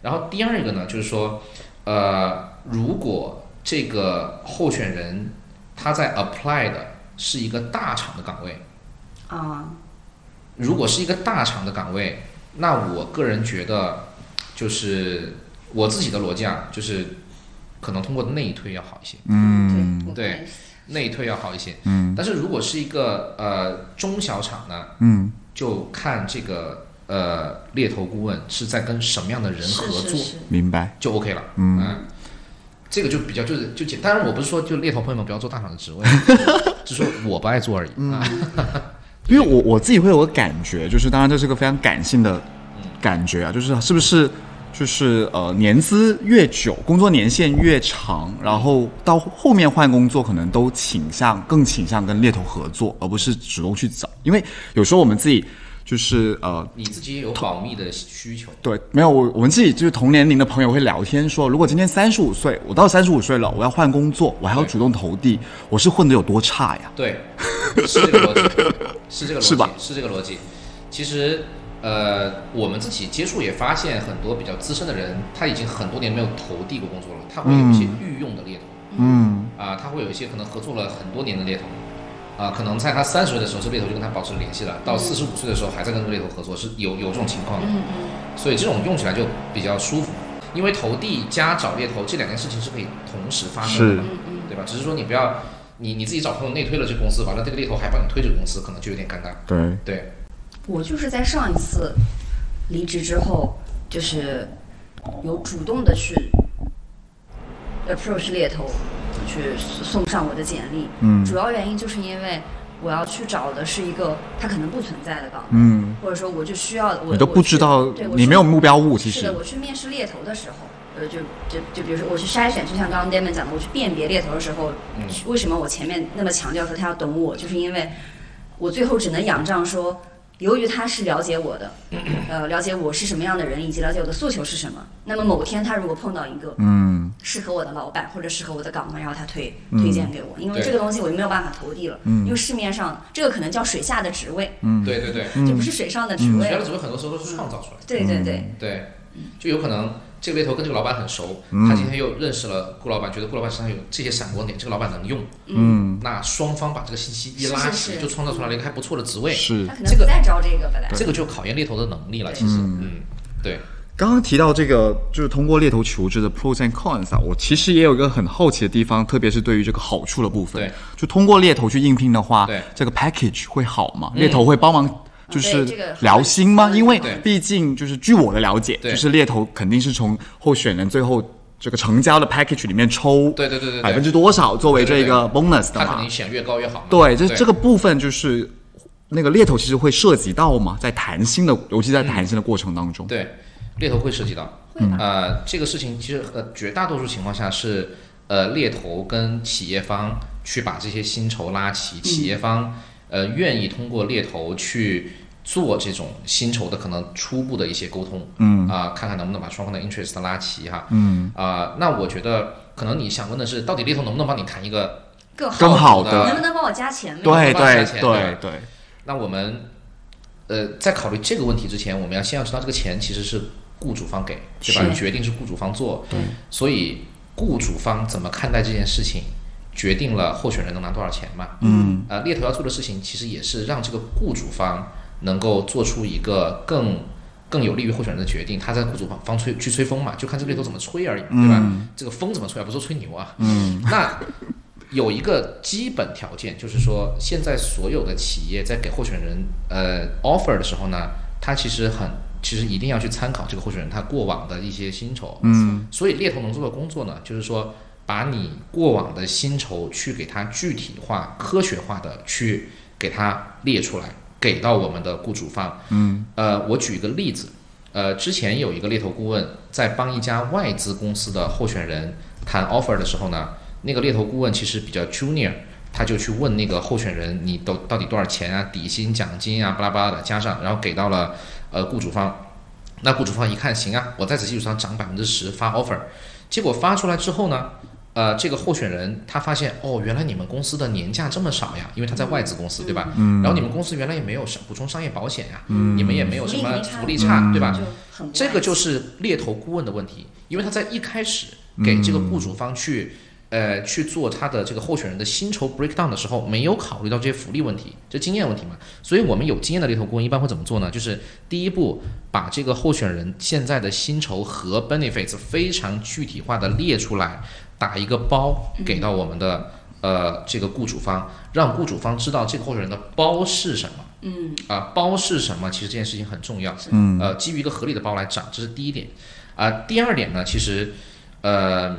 然后第二个呢，就是说，呃，如果这个候选人他在 apply 的是一个大厂的岗位，
啊，
如果是一个大厂的岗位，那我个人觉得，就是我自己的逻辑啊，就是可能通过内推要好一些，
嗯，我
对
看
内推要好一些。嗯，但是如果是一个呃中小厂呢，
嗯
就看这个呃猎头顾问是在跟什么样的人
是
合作，
是是，
明白
就 OK 了。嗯。这个就比较就是就简，当然我不是说就猎头朋友们不要做大厂的职 位，只是我不爱做而已。嗯、啊，
因为我我自己会有个感觉，就是当然这是个非常感性的
嗯
感觉啊，就是是不是就是呃年资越久，工作年限越长，然后到后面换工作可能都倾向更倾向跟猎头合作，而不是主动去找，因为有时候我们自己就是呃
你自己也有保密的需求，
对，没有我我们自己就是同年龄的朋友会聊天说，如果今天三十五岁，我到三十五岁了，我要换工作，我还要
对
主动投递，我是混得有多差呀？
对， 是这个逻辑，是这个逻辑，
是吧
这个逻辑。其实，呃，我们自己接触也发现，很多比较资深的人，他已经很多年没有投递过工作了，他会有一些御用的猎头
嗯
啊、啊，他会有一些可能合作了很多年的猎头，啊，可能在他三十岁的时候，这猎头就跟他保持联系了，到四十五岁的时候还在跟这个猎头合作，是有有这种情况的。
嗯嗯
所以这种用起来就比较舒服，因为投递加找猎头这两件事情是可以同时发生的嘛，
嗯嗯，
对吧？只是说你不要你你自己找朋友内推了这个公司，完了这个猎头还帮你推这个公司，可能就有点尴尬。
对，
对，
我就是在上一次离职之后，就是有主动的去呃 approach 猎头，去送上我的简历。
嗯
主要原因就是因为我要去找的是一个它可能不存在的岗位，
嗯，
或者说我就需要我
你都
我
不
去
知道
对，我
你
去
没有目标物，其
是的，
实
我去面试猎头的时候，呃，就就就比如说我去筛选，就像刚刚 Damon 讲的，我去辨别猎头的时候，
嗯
为什么我前面那么强调说他要懂我，就是因为我最后只能仰仗说，由于他是了解我的，呃，了解我是什么样的人，以及了解我的诉求是什么。那么某天他如果碰到一个
嗯
适合我的老板或者适合我的岗位，然后他推推荐给我，因为
对
这个东西我就没有办法投递了，因为市面上这个可能叫水下的职位，
嗯，
对对对，
就不是水上的职
你
位
学的
了。
只会很多时候都是创造出来的，
对对对，
对，就有可能这个猎头跟这个老板很熟，
嗯
他今天又认识了顾老板，觉得顾老板身上有这些闪光点，这个老板能用，
嗯
那双方把这个信息一拉
是
齐，
是
就创造出来了一个还不错的职位，
是
他。可能不再招这个本来。
这个就考验猎头的能力了，其实，嗯，对，
刚刚提到这个，就是通过猎头求职的 pros and cons 啊，我其实也有一个很好奇的地方，特别是对于这个好处的部分。
对，
就通过猎头去应聘的话，
对嗯
这个 package 会好吗？猎头会帮忙。就
对
是
这个
聊心吗？
对
因为
对
毕竟就是据我的了解，
对
就是猎头肯定是从候选人最后这个成交的 package 里面抽，
对对对对对
百分之多少作为
对
这
对对
个 bonus 的
他肯
嘛
定？选越高越好嘛，
对，这这个部分就是那个猎头其实会涉及到嘛，在谈心的，尤其在谈心的过程当中，
对，猎头会涉及到。呃，这个事情其实呃，绝大多数情况下是呃，猎头跟企业方去把这些薪酬拉齐，企业方呃愿意通过猎头去做这种薪酬的可能初步的一些沟通，嗯啊、看看能不能把双方的 interest 拉齐哈，嗯啊、那我觉得可能你想问的是，到底猎头能不能帮你谈一个？
更好，
更好
呃
能
的
不，能帮我加钱呢？
对
帮他加
对
钱
对
对
对，
那我们呃，在考虑这个问题之前，我们要先要知道这个钱其实是雇主方给，对吧？
是
决定是雇主方做，所以雇主方怎么看待这件事情，决定了候选人能拿多少钱嘛。嗯，呃，猎头要做的事情其实也是让这个雇主方能够做出一个更更有利于候选人的决定。他在雇主方方吹去吹风嘛，就看这个猎头怎么吹而已，对吧？这个风怎么吹啊？不是说吹牛啊。嗯，那。有一个基本条件，就是说，现在所有的企业在给候选人呃 offer 的时候呢，他其实很，其实一定要去参考这个候选人他过往的一些薪酬。嗯，所以猎头能做的工作呢，就是说，把你过往的薪酬去给他具体化、科学化的去给他列出来，给到我们的雇主方。嗯，呃，我举一个例子，呃，之前有一个猎头顾问在帮一家外资公司的候选人谈 offer 的时候呢，那个猎头顾问其实比较 junior，他就去问那个候选人，你都到底多少钱啊，底薪、奖金啊，巴拉巴拉的加上，然后给到了呃雇主方。那雇主方一看，行啊，我在此基础上涨百分之十发 offer。结果发出来之后呢，呃，这个候选人他发现，哦，原来你们公司的年假这么少呀，因为他在外资公司对吧？嗯。然后你们公司原来也没有上补充商业保险呀，嗯、你们也没有什么福
福
利
利
差对吧？
就很不
这个
安
就是猎头顾问的问题，因为他在一开始给这个雇主方去、呃去做他的这个候选人的薪酬 breakdown 的时候，没有考虑到这些福利问题，这经验问题嘛。所以我们有经验的猎头顾问一般会怎么做呢？就是第一步，把这个候选人现在的薪酬和 benefits 非常具体化的列出来，打一个包给到我们的、呃这个雇主方，让雇主方知道这个候选人的包是什么。嗯啊、包是什么？其实这件事情很重要。嗯，呃，基于一个合理的包来涨，这是第一点。啊、第二点呢，其实，呃，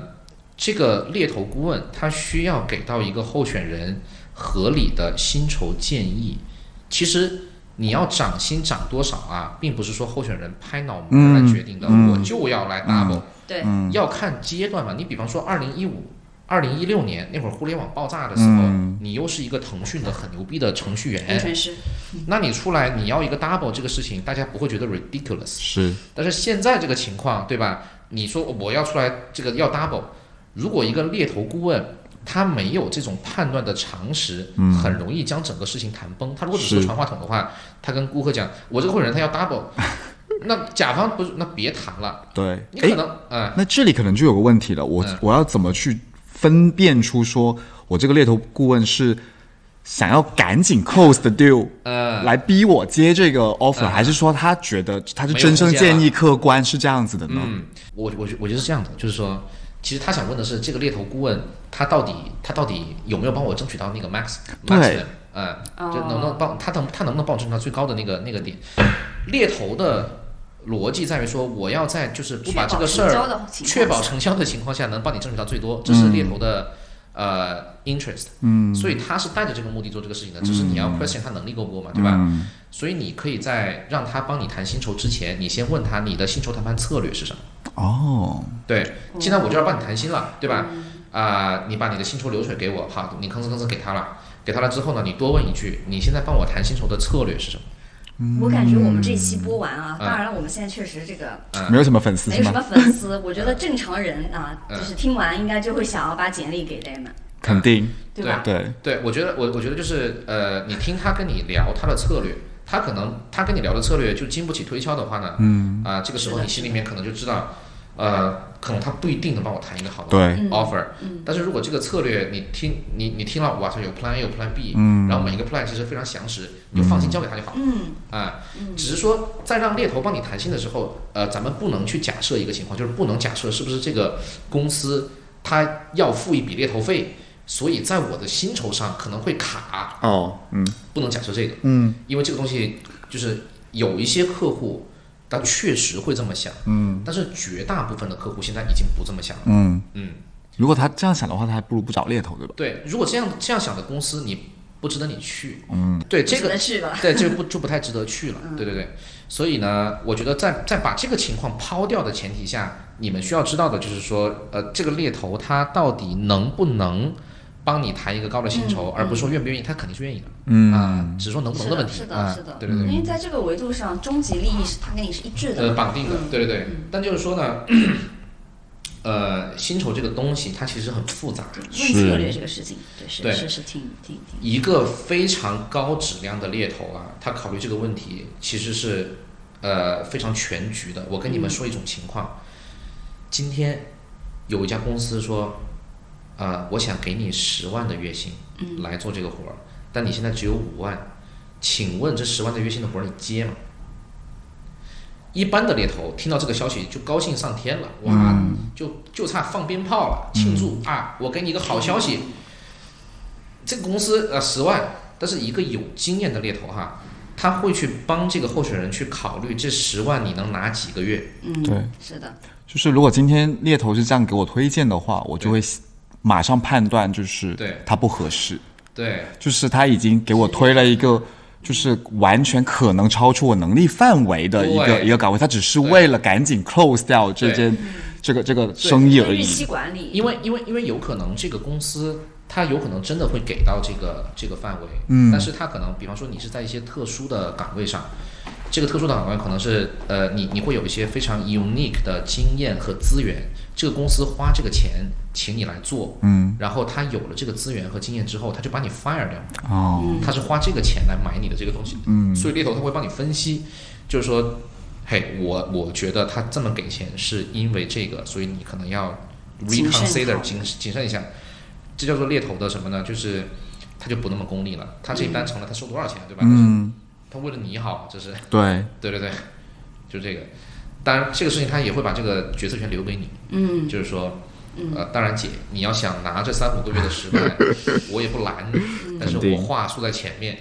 这个猎头顾问他需要给到一个候选人合理的薪酬建议。其实你要涨薪涨多少啊，并不是说候选人拍脑门儿来决定的，我就要来 double，、
对，
要看阶段嘛。你比方说二零一五、二零一六年那会儿互联网爆炸的时候，你又是一个腾讯的很牛逼的程序
嗯
员，
工程师
那你出来你要一个 double 这个事情，大家不会觉得 ridiculous。
是
但是现在这个情况，对吧？你说我要出来这个要 double，如果一个猎头顾问他没有这种判断的常识，很容易将整个事情谈崩。他如果只是个
是
传话筒的话，他跟顾客讲我这个会员他要 double，那甲方不是那别谈了，
对，
你
哎
可，能嗯。
那这里可能就有个问题了，我
嗯
我要怎么去分辨出说我这个猎头顾问是想要赶紧 close the deal，
呃
来逼我接这个 offer，、还是说他觉得他是
没有
真正
空间
建
了
议客观是这样子的呢？
嗯，我我觉我觉得是这样的，就是说，其实他想问的是，这个猎头顾问他到底他到底有没有帮我争取到那个 max？
对
max 的，嗯，就能不
哦
能帮他能他能不能帮我争取到最高的那个那个点？猎头的逻辑在于说，我要在就是不把这个事
确保成交的情况下
儿确保成交的情况下，能帮你争取到最多，这是猎头的。呃，interest，嗯，所以他是带着这个目的做这个事情的，只是你要 question 他能力够不够嘛，对吧？所以你可以在让他帮你谈薪酬之前，你先问他你的薪酬谈判策略是什么。
哦，
对，现在我就要帮你谈薪了，对吧？啊、你把你的薪酬流水给我，好，你吭哧吭哧给他了，给他了之后呢，你多问一句，你现在帮我谈薪酬的策略是什么？
我感觉我们这一期播完啊，
嗯
当然了，我们现在确实这个
呃
没有什么粉丝
没
是
有什
吗
么？粉丝， 我觉得正常人啊，
嗯
就是听完应该就会想要把简历给 Damon，
肯定，
对
呃
吧？
对，
对，我觉得我我觉得就是呃，你听他跟你聊他的策略，他可能他跟你聊的策略就经不起推敲的话呢，嗯，啊、这个时候你心里面可能就知道，呃，可能他不一定能帮我谈一个好的
对
嗯
offer，、但是如果这个策略你听你你听了哇塞有 plan A 有 plan B，嗯，然后每一个 plan 其实非常详实，你就放心交给他就好了。
嗯，
啊，只是说在让猎头帮你谈薪的时候，呃，咱们不能去假设一个情况，就是不能假设是不是这个公司它要付一笔猎头费，所以在我的薪酬上可能会卡，
哦，嗯
不能假设这个，
嗯，
因为这个东西就是有一些客户他确实会这么想，嗯，但是绝大部分的客户现在已经不这么想了，
嗯，
嗯，
如果他这样想的话，他还不如不找猎头，对吧？
对，如果这样这样想的公司，你不值得你去，嗯，对，这
值
个
得去吧？
对，就不就不太值得去了。
嗯
对对对，所以呢，我觉得在在把这个情况抛掉的前提下，你们需要知道的就是说，呃，这个猎头他到底能不能帮你谈一个高的薪酬，而不是说愿不愿意，他肯定是愿意的。嗯啊，只是说能不能
嗯是
的问
的，
题。
是
啊
的，是的，
对对对。
因为在这个维度上，终极利益是它跟你是一致的
呃，
嘛，
绑定的，
嗯
对对对。但就是说呢， 呃，薪酬这个东西它其实很复杂，
论策略这个事情，对，是
对
是是挺挺挺，
一个非常高质量的猎头啊，他考虑这个问题其实是呃非常全局的。我跟你们说一种情况，今天有一家公司说，啊，我想给你十万的月薪来做这个活儿，但你现在只有五万，请问这十万的月薪的活儿你接吗？一般的猎头听到这个消息就高兴上天了，哇，就就差放鞭炮了，庆祝、啊！我给你一个好消息，这个公司呃十万，但是一个有经验的猎头哈，他会去帮这个候选人去考虑这十万你能拿几个月，
对，
嗯是的，
就是如果今天猎头是这样给我推荐的话，我就会马上判断，就是
对
他不合适，
对
就是他已经给我推了一个。就是完全可能超出我能力范围的一个
对
一个岗位，他只是为了赶紧 close 掉这件这个这个生意而
日
已。
期管理，
因为因为因为有可能这个公司它有可能真的会给到这个这个范围，嗯，但是它可能比方说你是在一些特殊的岗位上，这个特殊的岗位可能是呃你你会有一些非常 unique 的经验和资源，这个公司花这个钱请你来做，嗯，然后他有了这个资源和经验之后，他就把你 fire 掉，
哦，
嗯
他是花这个钱来买你的这个东西，嗯，所以猎头他会帮你分析，就是说，嘿，我我觉得他这么给钱是因为这个，所以你可能要
谨慎
reconsider
考虑
谨谨慎一下，这叫做猎头的什么呢？就是他就不那么功利了，他这一单成了，他收多少钱，对吧？
嗯，
他为了你好，这是
对，
对对对，就这个。当然，这个事情他也会把这个决策权留给你，
嗯，
就是说，呃，当然姐，你要想拿这三五个月的 十万，我也不拦你，
嗯
但是
肯
我
定
话说在前面，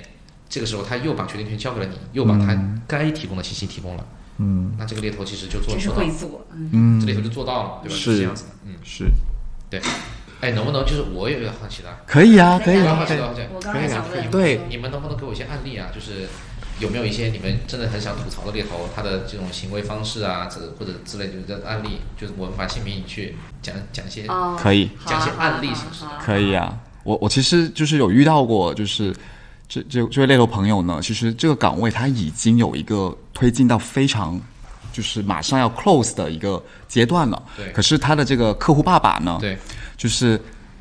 这个时候他又把决定权交给了你，又把他
嗯
该提供的信息提供了，嗯，那这个猎头其实就做
就是
做到
会
了，
做，嗯
这猎头就做到了，对吧？
是
这样子的，嗯，
是
对。哎，能不能就是我也有点好奇的啊，
可以啊，可以
我
啊，
好奇
可以
的，好奇的
我刚才想问，
对
你们能不能给我一些案例啊？就是有没有一些你们真的很想吐槽的猎头，他的这种行为方式啊，这或者之类的案例，就是我们把姓名隐去讲讲一些
哦，
可以
好啊
讲一些
好啊
案例形式
好啊
的。
可以啊，我我其实就是有遇到过，就是这这这位猎头朋友呢，其实这个岗位他已经有一个推进到非常就是马上要 close 的一个阶段了。
对
可是他的这个客户爸爸呢，
对，
就是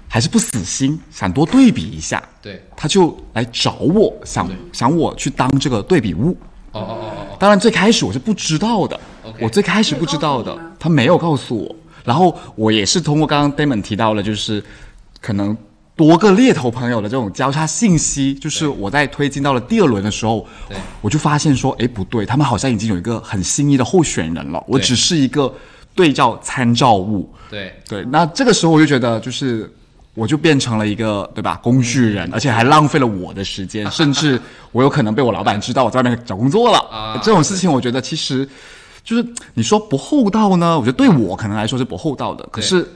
还是不死心，想多对比一下，
对，
他就来找我，想想我去当这个对比物。
哦哦哦哦
当然最开始我是不知道的
OK
我最开始不知道
没有告
的
诉你吗，
他没有告诉我。然后我也是通过刚刚 Damon 提到了，就是可能多个猎头朋友的这种交叉信息，就是我在推进到了第二轮的时候
对，
我就发现说，哎，不对，他们好像已经有一个很心仪的候选人了，我
对
只是一个对照参照物。
对
对，那这个时候我就觉得，就是我就变成了一个对吧工具人，而且还浪费了我的时间，嗯 甚至我有可能被我老板知道我在外面找工作了。
啊
这种事情，我觉得其实就是你说不厚道呢，我觉得对我可能来说是不厚道的。可
对
是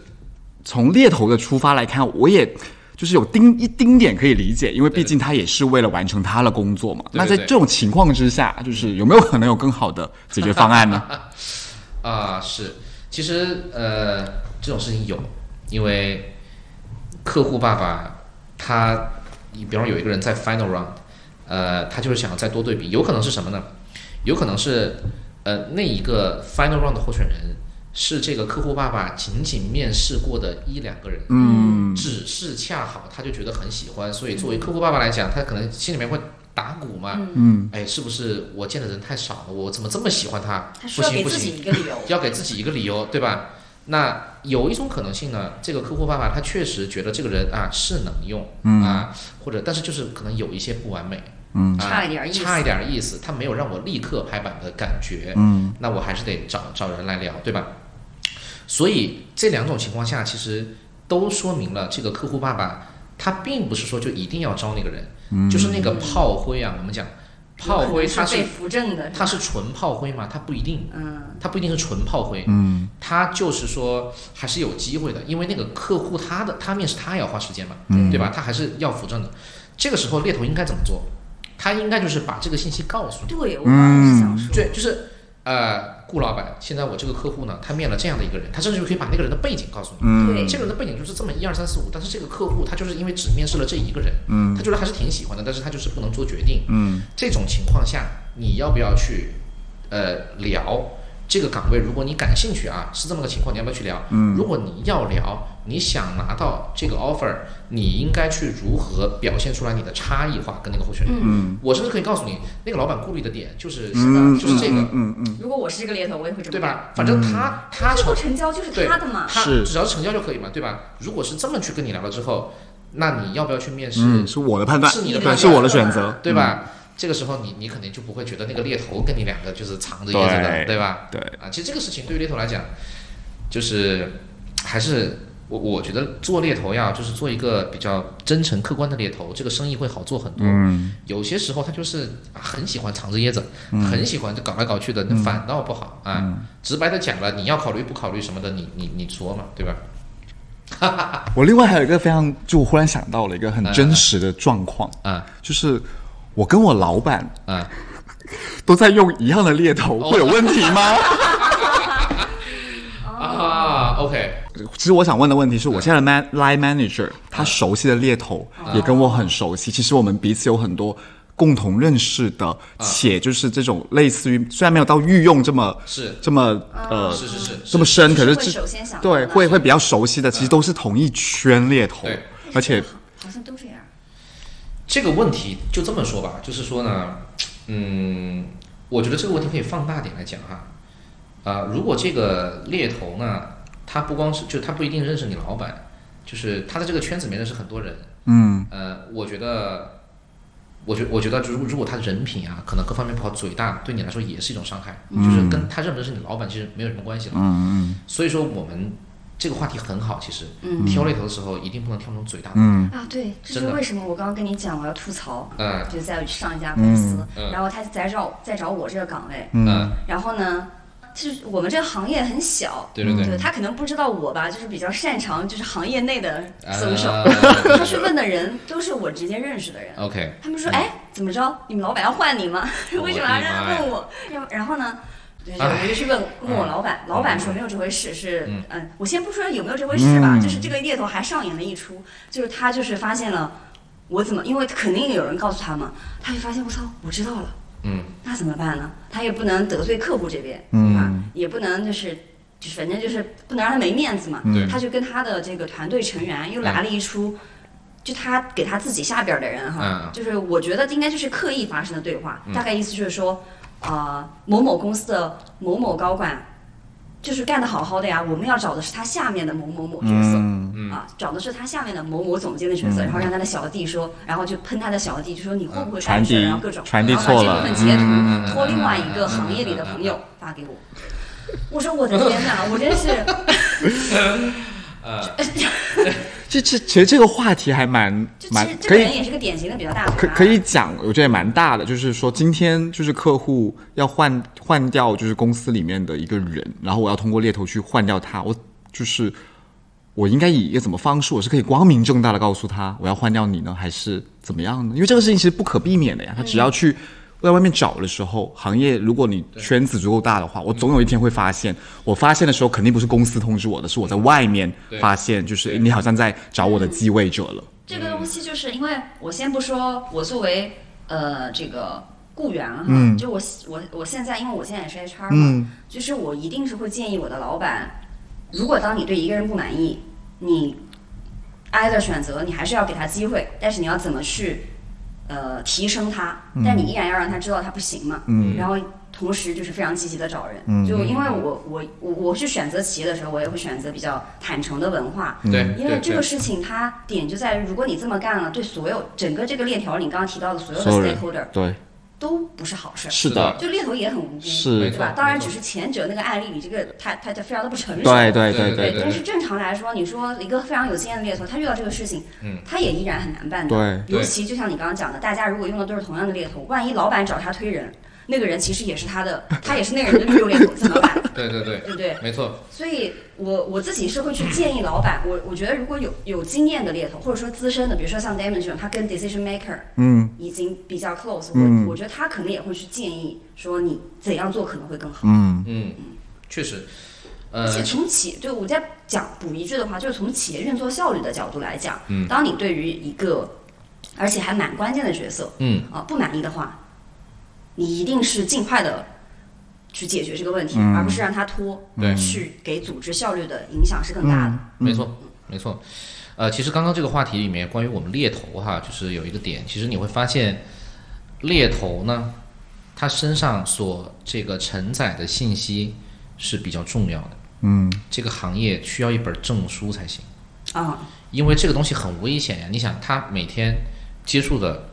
从猎头的出发来看，我也。就是有丁一丁点可以理解，因为毕竟他也是为了完成他的工作嘛。
对
那在
对
这种情况之下，就是有没有可能有更好的解决方 案呢？
啊，是，其实呃，这种事情有，因为客户爸爸他，你比方说有一个人在 final round，呃，他就是想再多对比，有可能是什么呢？有可能是呃那一个 final round 的候选人是这个客户爸爸仅仅面试过的一两个人，
嗯，
只是恰好他就觉得很喜欢，所以作为客户爸爸来讲，他可能心里面会打鼓嘛，嗯，哎，是不是我见的人太少了，我怎么这么喜欢他？
他需
不
要
行
给
不
自
行
己，一个理由。
要给自己一个理由，对吧？那有一种可能性呢，这个客户爸爸他确实觉得这个人啊是能用、
嗯
啊，或者但是就是可能有一些不完美，嗯，
差一点儿意思
差一点儿意思，他没有让我立刻拍板的感觉，嗯，那我还是得找找人来聊，对吧？所以这两种情况下，其实都说明了这个客户爸爸他并不是说就一定要招那个人，就是那个炮灰啊，我们讲炮灰，他
是
是
被扶正的，
他是纯炮灰吗？他不一定，
嗯，
它不一定是纯炮灰，嗯，它就是说还是有机会的，因为那个客户他的他面试他也要花时间嘛，嗯，对吧？他还是要扶正的。这个时候猎头应该怎么做？他应该就是把这个信息告诉你，
对，我刚是想说，
对，就是呃，顾老板，现在我这个客户呢，他面了这样的一个人，他甚至就可以把那个人的背景告诉你，
对，
这个人的背景就是这么一二三四五，但是这个客户他就是因为只面试了这一个人，嗯，他觉得还是挺喜欢的，但是他就是不能做决定，嗯，这种情况下你要不要去呃聊这个岗位？如果你感兴趣啊，是这么个情况，你要不要去聊？嗯，如果你要聊，你想拿到这个 offer，你应该去如何表现出来你的差异化跟那个候选人？嗯，我甚至可以告诉你，那个老板顾虑的点就是什么？就是这个，
如果我是这个猎头，我也会这么
对？吧？反正他他
最后
成
成交就是
对
他的嘛，
他
是
只要成交就可以嘛，对吧？如果是这么去跟你聊了之后，那你要不要去面试？
嗯，是我的判断，
是你的
对，
判断
是我的选择，
对吧？
嗯
这个时候你你肯定就不会觉得那个猎头跟你两个就是藏着掖着的，
对
对吧？
嗯对
啊，其实这个事情对于猎头来讲，就是 还是我我觉得做猎头呀，就是做一个比较真诚客观的猎头，这个生意会好做很多。嗯，有些时候他就是很喜欢藏着掖着，
嗯
很喜欢就搞来搞去的，那反倒不好啊。直白的讲了，你要考虑不考虑什么的，你你你说嘛，对吧？
我另外还有一个非常，就我忽然想到了一个很真实的状况，
啊
就是我跟我老板
啊，
都在用一样的猎头，
哦
会有问题吗？
啊，OK，
其实我想问的问题是我
嗯
现在的 man line manager，他熟悉的猎头也跟我很熟悉，其实我们彼此有很多。共同认识的，
嗯
且就是这种类似于，虽然没有到御用这么
是
这么呃
是是是嗯是
这么深，可
就是会
这
首先想到
对
的嗯
会会比较熟悉的，其实都是同一圈猎头
对，
而且
好像都这样。
这个问题就这么说吧，就是说呢，嗯，我觉得这个问题可以放大点来讲哈。啊、如果这个猎头呢，他不光是就他不一定认识你老板，就是他在这个圈子里面认识很多人。嗯。呃，我觉得，我觉我觉得如如果他人品啊，可能各方面不好，嘴大，对你来说也是一种伤害，就是跟他认不认识你老板其实没有什么关系了。嗯嗯嗯。所以说我们这个话题很好，其实、挑猎头的时候一定不能挑那种嘴大的。嗯。
啊，对，这
真
是
的
为什么我刚刚跟你讲我要吐槽，
嗯
就在上一家公司，
嗯
然后他再找再找我这个岗位，
嗯、
然后呢，就是我们这个行业很小，
对对对
他可能不知道我吧，就是比较擅长就是行业内的搜手，
啊
他去问的人都是我直接认识的人，
OK，
他们说，哎，怎么着？你们老板要换你吗？为什么要让问我？要然后呢？对，我们就去问问我老板，老板说没有这回事，是
嗯
嗯，我先不说有没有这回事吧，
嗯
就是这个猎头还上演了一出，就是他就是发现了我怎么，因为肯定有人告诉他嘛，他就发现我操，我知道了，
嗯，
那怎么办呢？他也不能得罪客户这边，对吧？也不能就是。就是反正就是不能让他没面子嘛，
嗯对
他就跟他的这个团队成员又来了一出，就他给他自己下边儿的人哈，
嗯
就是我觉得应该就是刻意发生的对话，大概意思就是说，呃，某某公司的某某高管就是干得好好的呀，我们要找的是他下面的某某某角色。
嗯
嗯
啊，找的是他下面的某某总监的
嗯
角色，然后让他的小弟说，然后就喷他的小弟，就说你会不会干事儿，
传递
然后各种，
传递
然后把
错了
这部分截
嗯
图托另外一个
嗯
行业里的朋友发给我，我说我的天哪，我真是，
这这其实这个话题还蛮
就
蛮
其实这
可
个
以
人也是个典型的比较大
可
牌啊
可以讲，我觉得也蛮大的，就是说今天就是客户要换换掉，就是公司里面的一个人，然后我要通过猎头去换掉他，我就是我应该以一个怎么方式，我是可以光明正大的告诉他我要换掉你呢，还是怎么样呢？因为这个事情其实不可避免的呀，他只要去。在外面找的时候，行业如果你圈子足够大的话，我总有一天会发现。我发现的时候，肯定不是公司通知我的，是我在外面
对
发现，就是诶你好像在找我的继位者了。
这个东
嗯
西就是因为我先不说，我作为呃这个雇员哈，
嗯
就我我我现在因为我现在也是 HR 嘛，
嗯
就是我一定是会建议我的老板，如果当你对一个人不满意，你 either 选择你还是要给他机会，但是你要怎么去呃提升他，但你依然要让他知道他不行嘛，
嗯
然后同时就是非常积极的找人，
嗯
就因为我我我我去选择企业的时候，我也会选择比较坦诚的文化，
对，
嗯因为
对
这个
对
事情它点就在于，如果你这么干了，对所有整个这个链条，你刚刚提到的所有的
所有人
stakeholder
对，
都不是好事儿。
是
是的
的，
就猎头也很无辜，
是
对吧
没？错
当然，
没错
只是前者那个案例里，这个他他他非常的不成熟。
对对
对
对
但是正常来说，你说一个非常有经验的猎头，他遇到这个事情，
嗯
他也依然很难办的。
对
对
尤其就像你刚刚讲的，大家如果用的都是同样的猎头，万一老板找他推人，那个人其实也是他的，他也是那个人的御用猎头，怎么办？
对对对，
对不对？
没错，
所以我我自己是会去建议老板，我我觉得如果有有经验的猎头，或者说资深的，比如说像 Damon 这种，他跟 decision maker
嗯
已经比较 close，、
嗯
我我觉得他可能也会去建议说你怎样做可能会更好。
嗯
嗯，确实，
而
呃，
且从企对我再讲补一句的话，就是从企业运作效率的角度来讲，
嗯
当你对于一个而且还蛮关键的角色
嗯
啊、不满意的话，你一定是尽快的去解决这个问题，而不是让它拖，
对
去给组织效率的影响是更大的。
没错，
嗯
没错。呃，其实刚刚这个话题里面，关于我们猎头哈，就是有一个点，其实你会发现，猎头呢，他身上所这个承载的信息是比较重要的。
嗯，
这个行业需要一本证书才行，
啊，
因为这个东西很危险呀。你想，他每天接触的，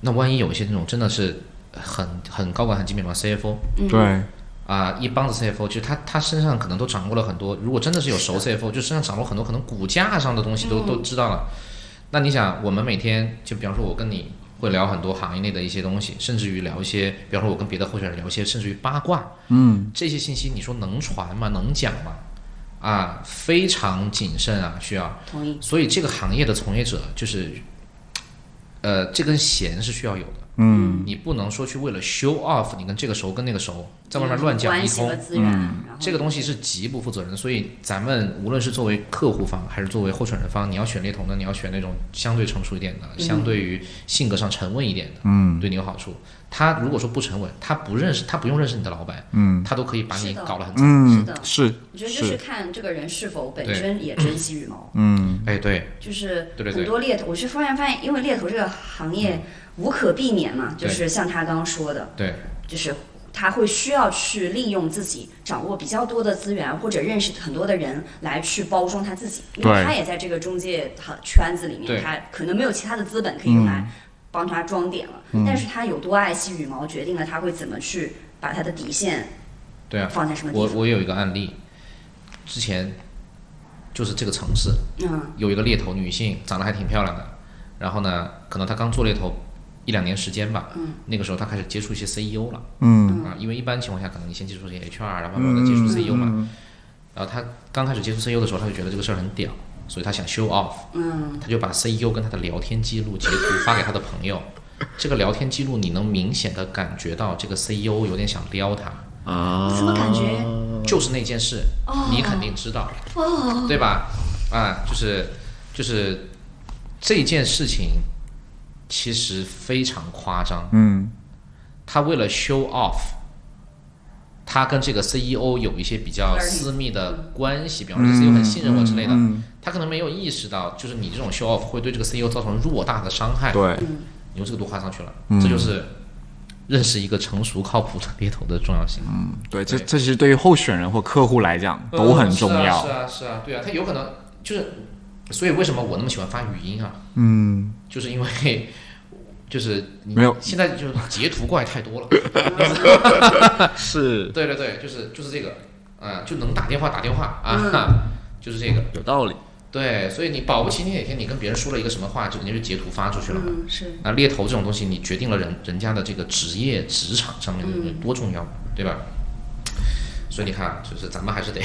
那万一有一些那种真的是很很高管、很级别嘛，CFO
嗯，
对，
啊、一帮子 CFO，就他他身上可能都掌握了很多。如果真的嗯是有熟 CFO，就身上掌握很多可能股价上的东西都、都知道了。那你想，我们每天就比方说，我跟你会聊很多行业内的一些东西，甚至于聊一些，比方说，我跟别的候选人聊一些，甚至于八卦，嗯，这些信息你说能传吗？能讲吗？啊，非常谨慎啊，需要。
同意。
所以这个行业的从业者就是，呃，这根弦是需要有的。
嗯，
你不能说去为了 show off，你跟这个熟跟那个熟，在外面乱讲嗯
关
一
系和
通，
资源，然后
这个东西是极不负责任的。所以咱们无论是作为客户方还是作为候选人方，你要选猎头呢，你要选那种相对成熟一点的，相对于性格上沉稳一点的，嗯，对你有好处。他如果说不沉稳，他不认识，他不用认识你的老板，嗯，他都可以把你
是的
搞得很惨。
嗯
是的
是
我觉得就是
是
看这个人是否本
对
身也珍惜羽毛。
嗯
哎，对，
就是
对对对嗯
很多猎头，我是忽然发现，因为猎头这个行业无可避免嘛，就
对
是像他刚刚说的，
对，
就是他会需要去利用自己掌握比较多的资源，或者认识很多的人来去包装他自己，因为
对
他也在这个中介行圈子里
对
面，他可能没有其他的资本可以用
嗯
来帮他装点了，但是他有多爱惜羽毛，决定了他会怎么去把他的底线
对啊。
放在什么地
我
方。
我有一个案例，之前就是这个城市，
嗯
有一个猎头女性，长得还挺漂亮的。然后呢，可能她刚做猎头一两年时间吧，
嗯
那个时候她开始接触一些 CEO 了、
嗯
嗯
啊，因为一般情况下可能你先接触一些 HR，然后慢慢的接触 CEO 嘛。然后她刚开始接触 CEO 的时候，她就觉得这个事儿很屌，所以她想 show off，
嗯，
她就把 CEO 跟她的聊天记录截图发给她的朋友。这个聊天记录你能明显的感觉到，这个 CEO 有点想撩她，
啊
我怎么感觉
就是那件事，你肯定知道，对吧？啊，就是就是这件事情其实非常夸张，
嗯
他为了 show off，他跟这个 CEO 有一些比较
Flirting
私密的关系，比方说这 CEO 很信任我之类的，
嗯
他可能没有意识到，就是你这 E 种 show off 会对这个 CEO 造成偌大的伤害，
对
你用这个都花上去了，这就是认识一个成熟靠谱的猎头的重要性。嗯，
对，这
对
这其实对于候选人或客户来讲都很重要
嗯是。啊，是啊，对啊，他有可能就是，所以为什么我那么喜欢发语音啊？
嗯，
就是因为就是你
没有
现在就是截图怪 太多了。啊
是
对对对，就是就是这个，嗯，就能打电话打电话啊，
嗯
就是这个。
有道理。
对，所以你保不齐你哪天你跟别人说了一个什么话，就人家就截图发出去了嘛。
嗯，是，
那猎头这种东西，你决定了人人家的这个职业职场上面的东西
嗯
多重要，对吧？所以你看啊，就是咱们还是得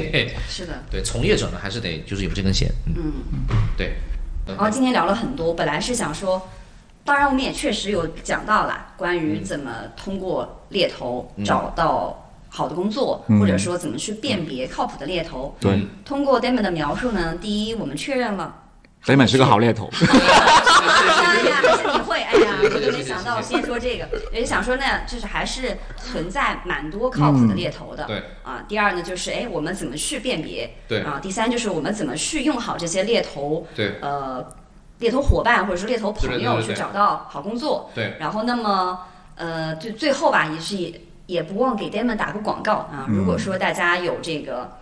是的。
对从业者呢，还是得就是有这根弦，嗯，对，
然后今天聊了很多，本来是想说，当然我们也确实有讲到啦，关
嗯
于怎么通过猎头找到好的工作，或
嗯
者说怎么去辨别靠谱的猎头。
对
通过 Damon 的描述呢，第一我们确认 了，
雷本是个好猎头，
哎呀，还是你会，哎呀，我就没想到先说这个，也想说呢，就是还是存在蛮多靠谱的猎头的。
嗯对
啊，第二呢就是哎，我们怎么去辨别？
对
啊，第三就是我们怎么去用好这些猎头
对
呃猎头伙伴或者说猎头朋
对对
友
对对
去找到好工作。
对，
然后那么呃最最后吧，也是也也不忘给 Damon 打个广告啊。如果说大家有这个。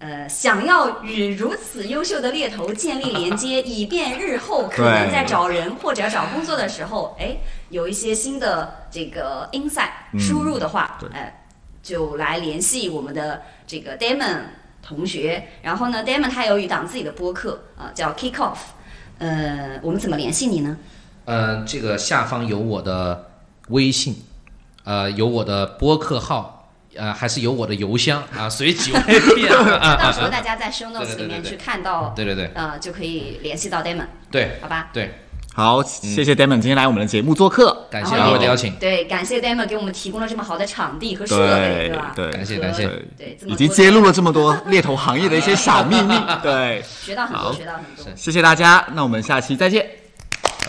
呃，想要与如此优秀的猎头建立连接，以便日后可能
对
在找人或者找工作的时候，哎，有一些新的这个 insight 输入的话，哎、就来联系我们的这个 Damon 同学。然后呢，Damon 他有一档自己的播客啊、呃叫 Kick Off。呃，我们怎么联系你呢？
嗯、这个下方有我的微信，呃，有我的播客号，呃，还是有我的邮箱啊，随几位 便啊啊
到时候
啊，
大家在 show
对对
notes
对
里面
对对
去看到，
对对对
呃，就可以联系到 Damon，
对
好吧？
对，
好，谢谢 Damon 今天来我们的节目做客，
感
然
谢
后
两位的
也
邀请，
对，感谢 Damon 给我们提供了这么好的场地和设备，
对
吧？
对
感谢
和
感谢
对
对，这么
以及
多
揭露了这么多猎头行业的一些小秘密。对，
学到很多，学到很多。
谢谢大家，那我们下期再见。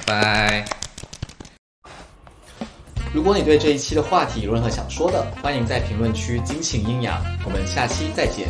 拜拜。
如果你对这一期的话题有任何想说的，欢迎在评论区尽情阴阳。我们下期再见。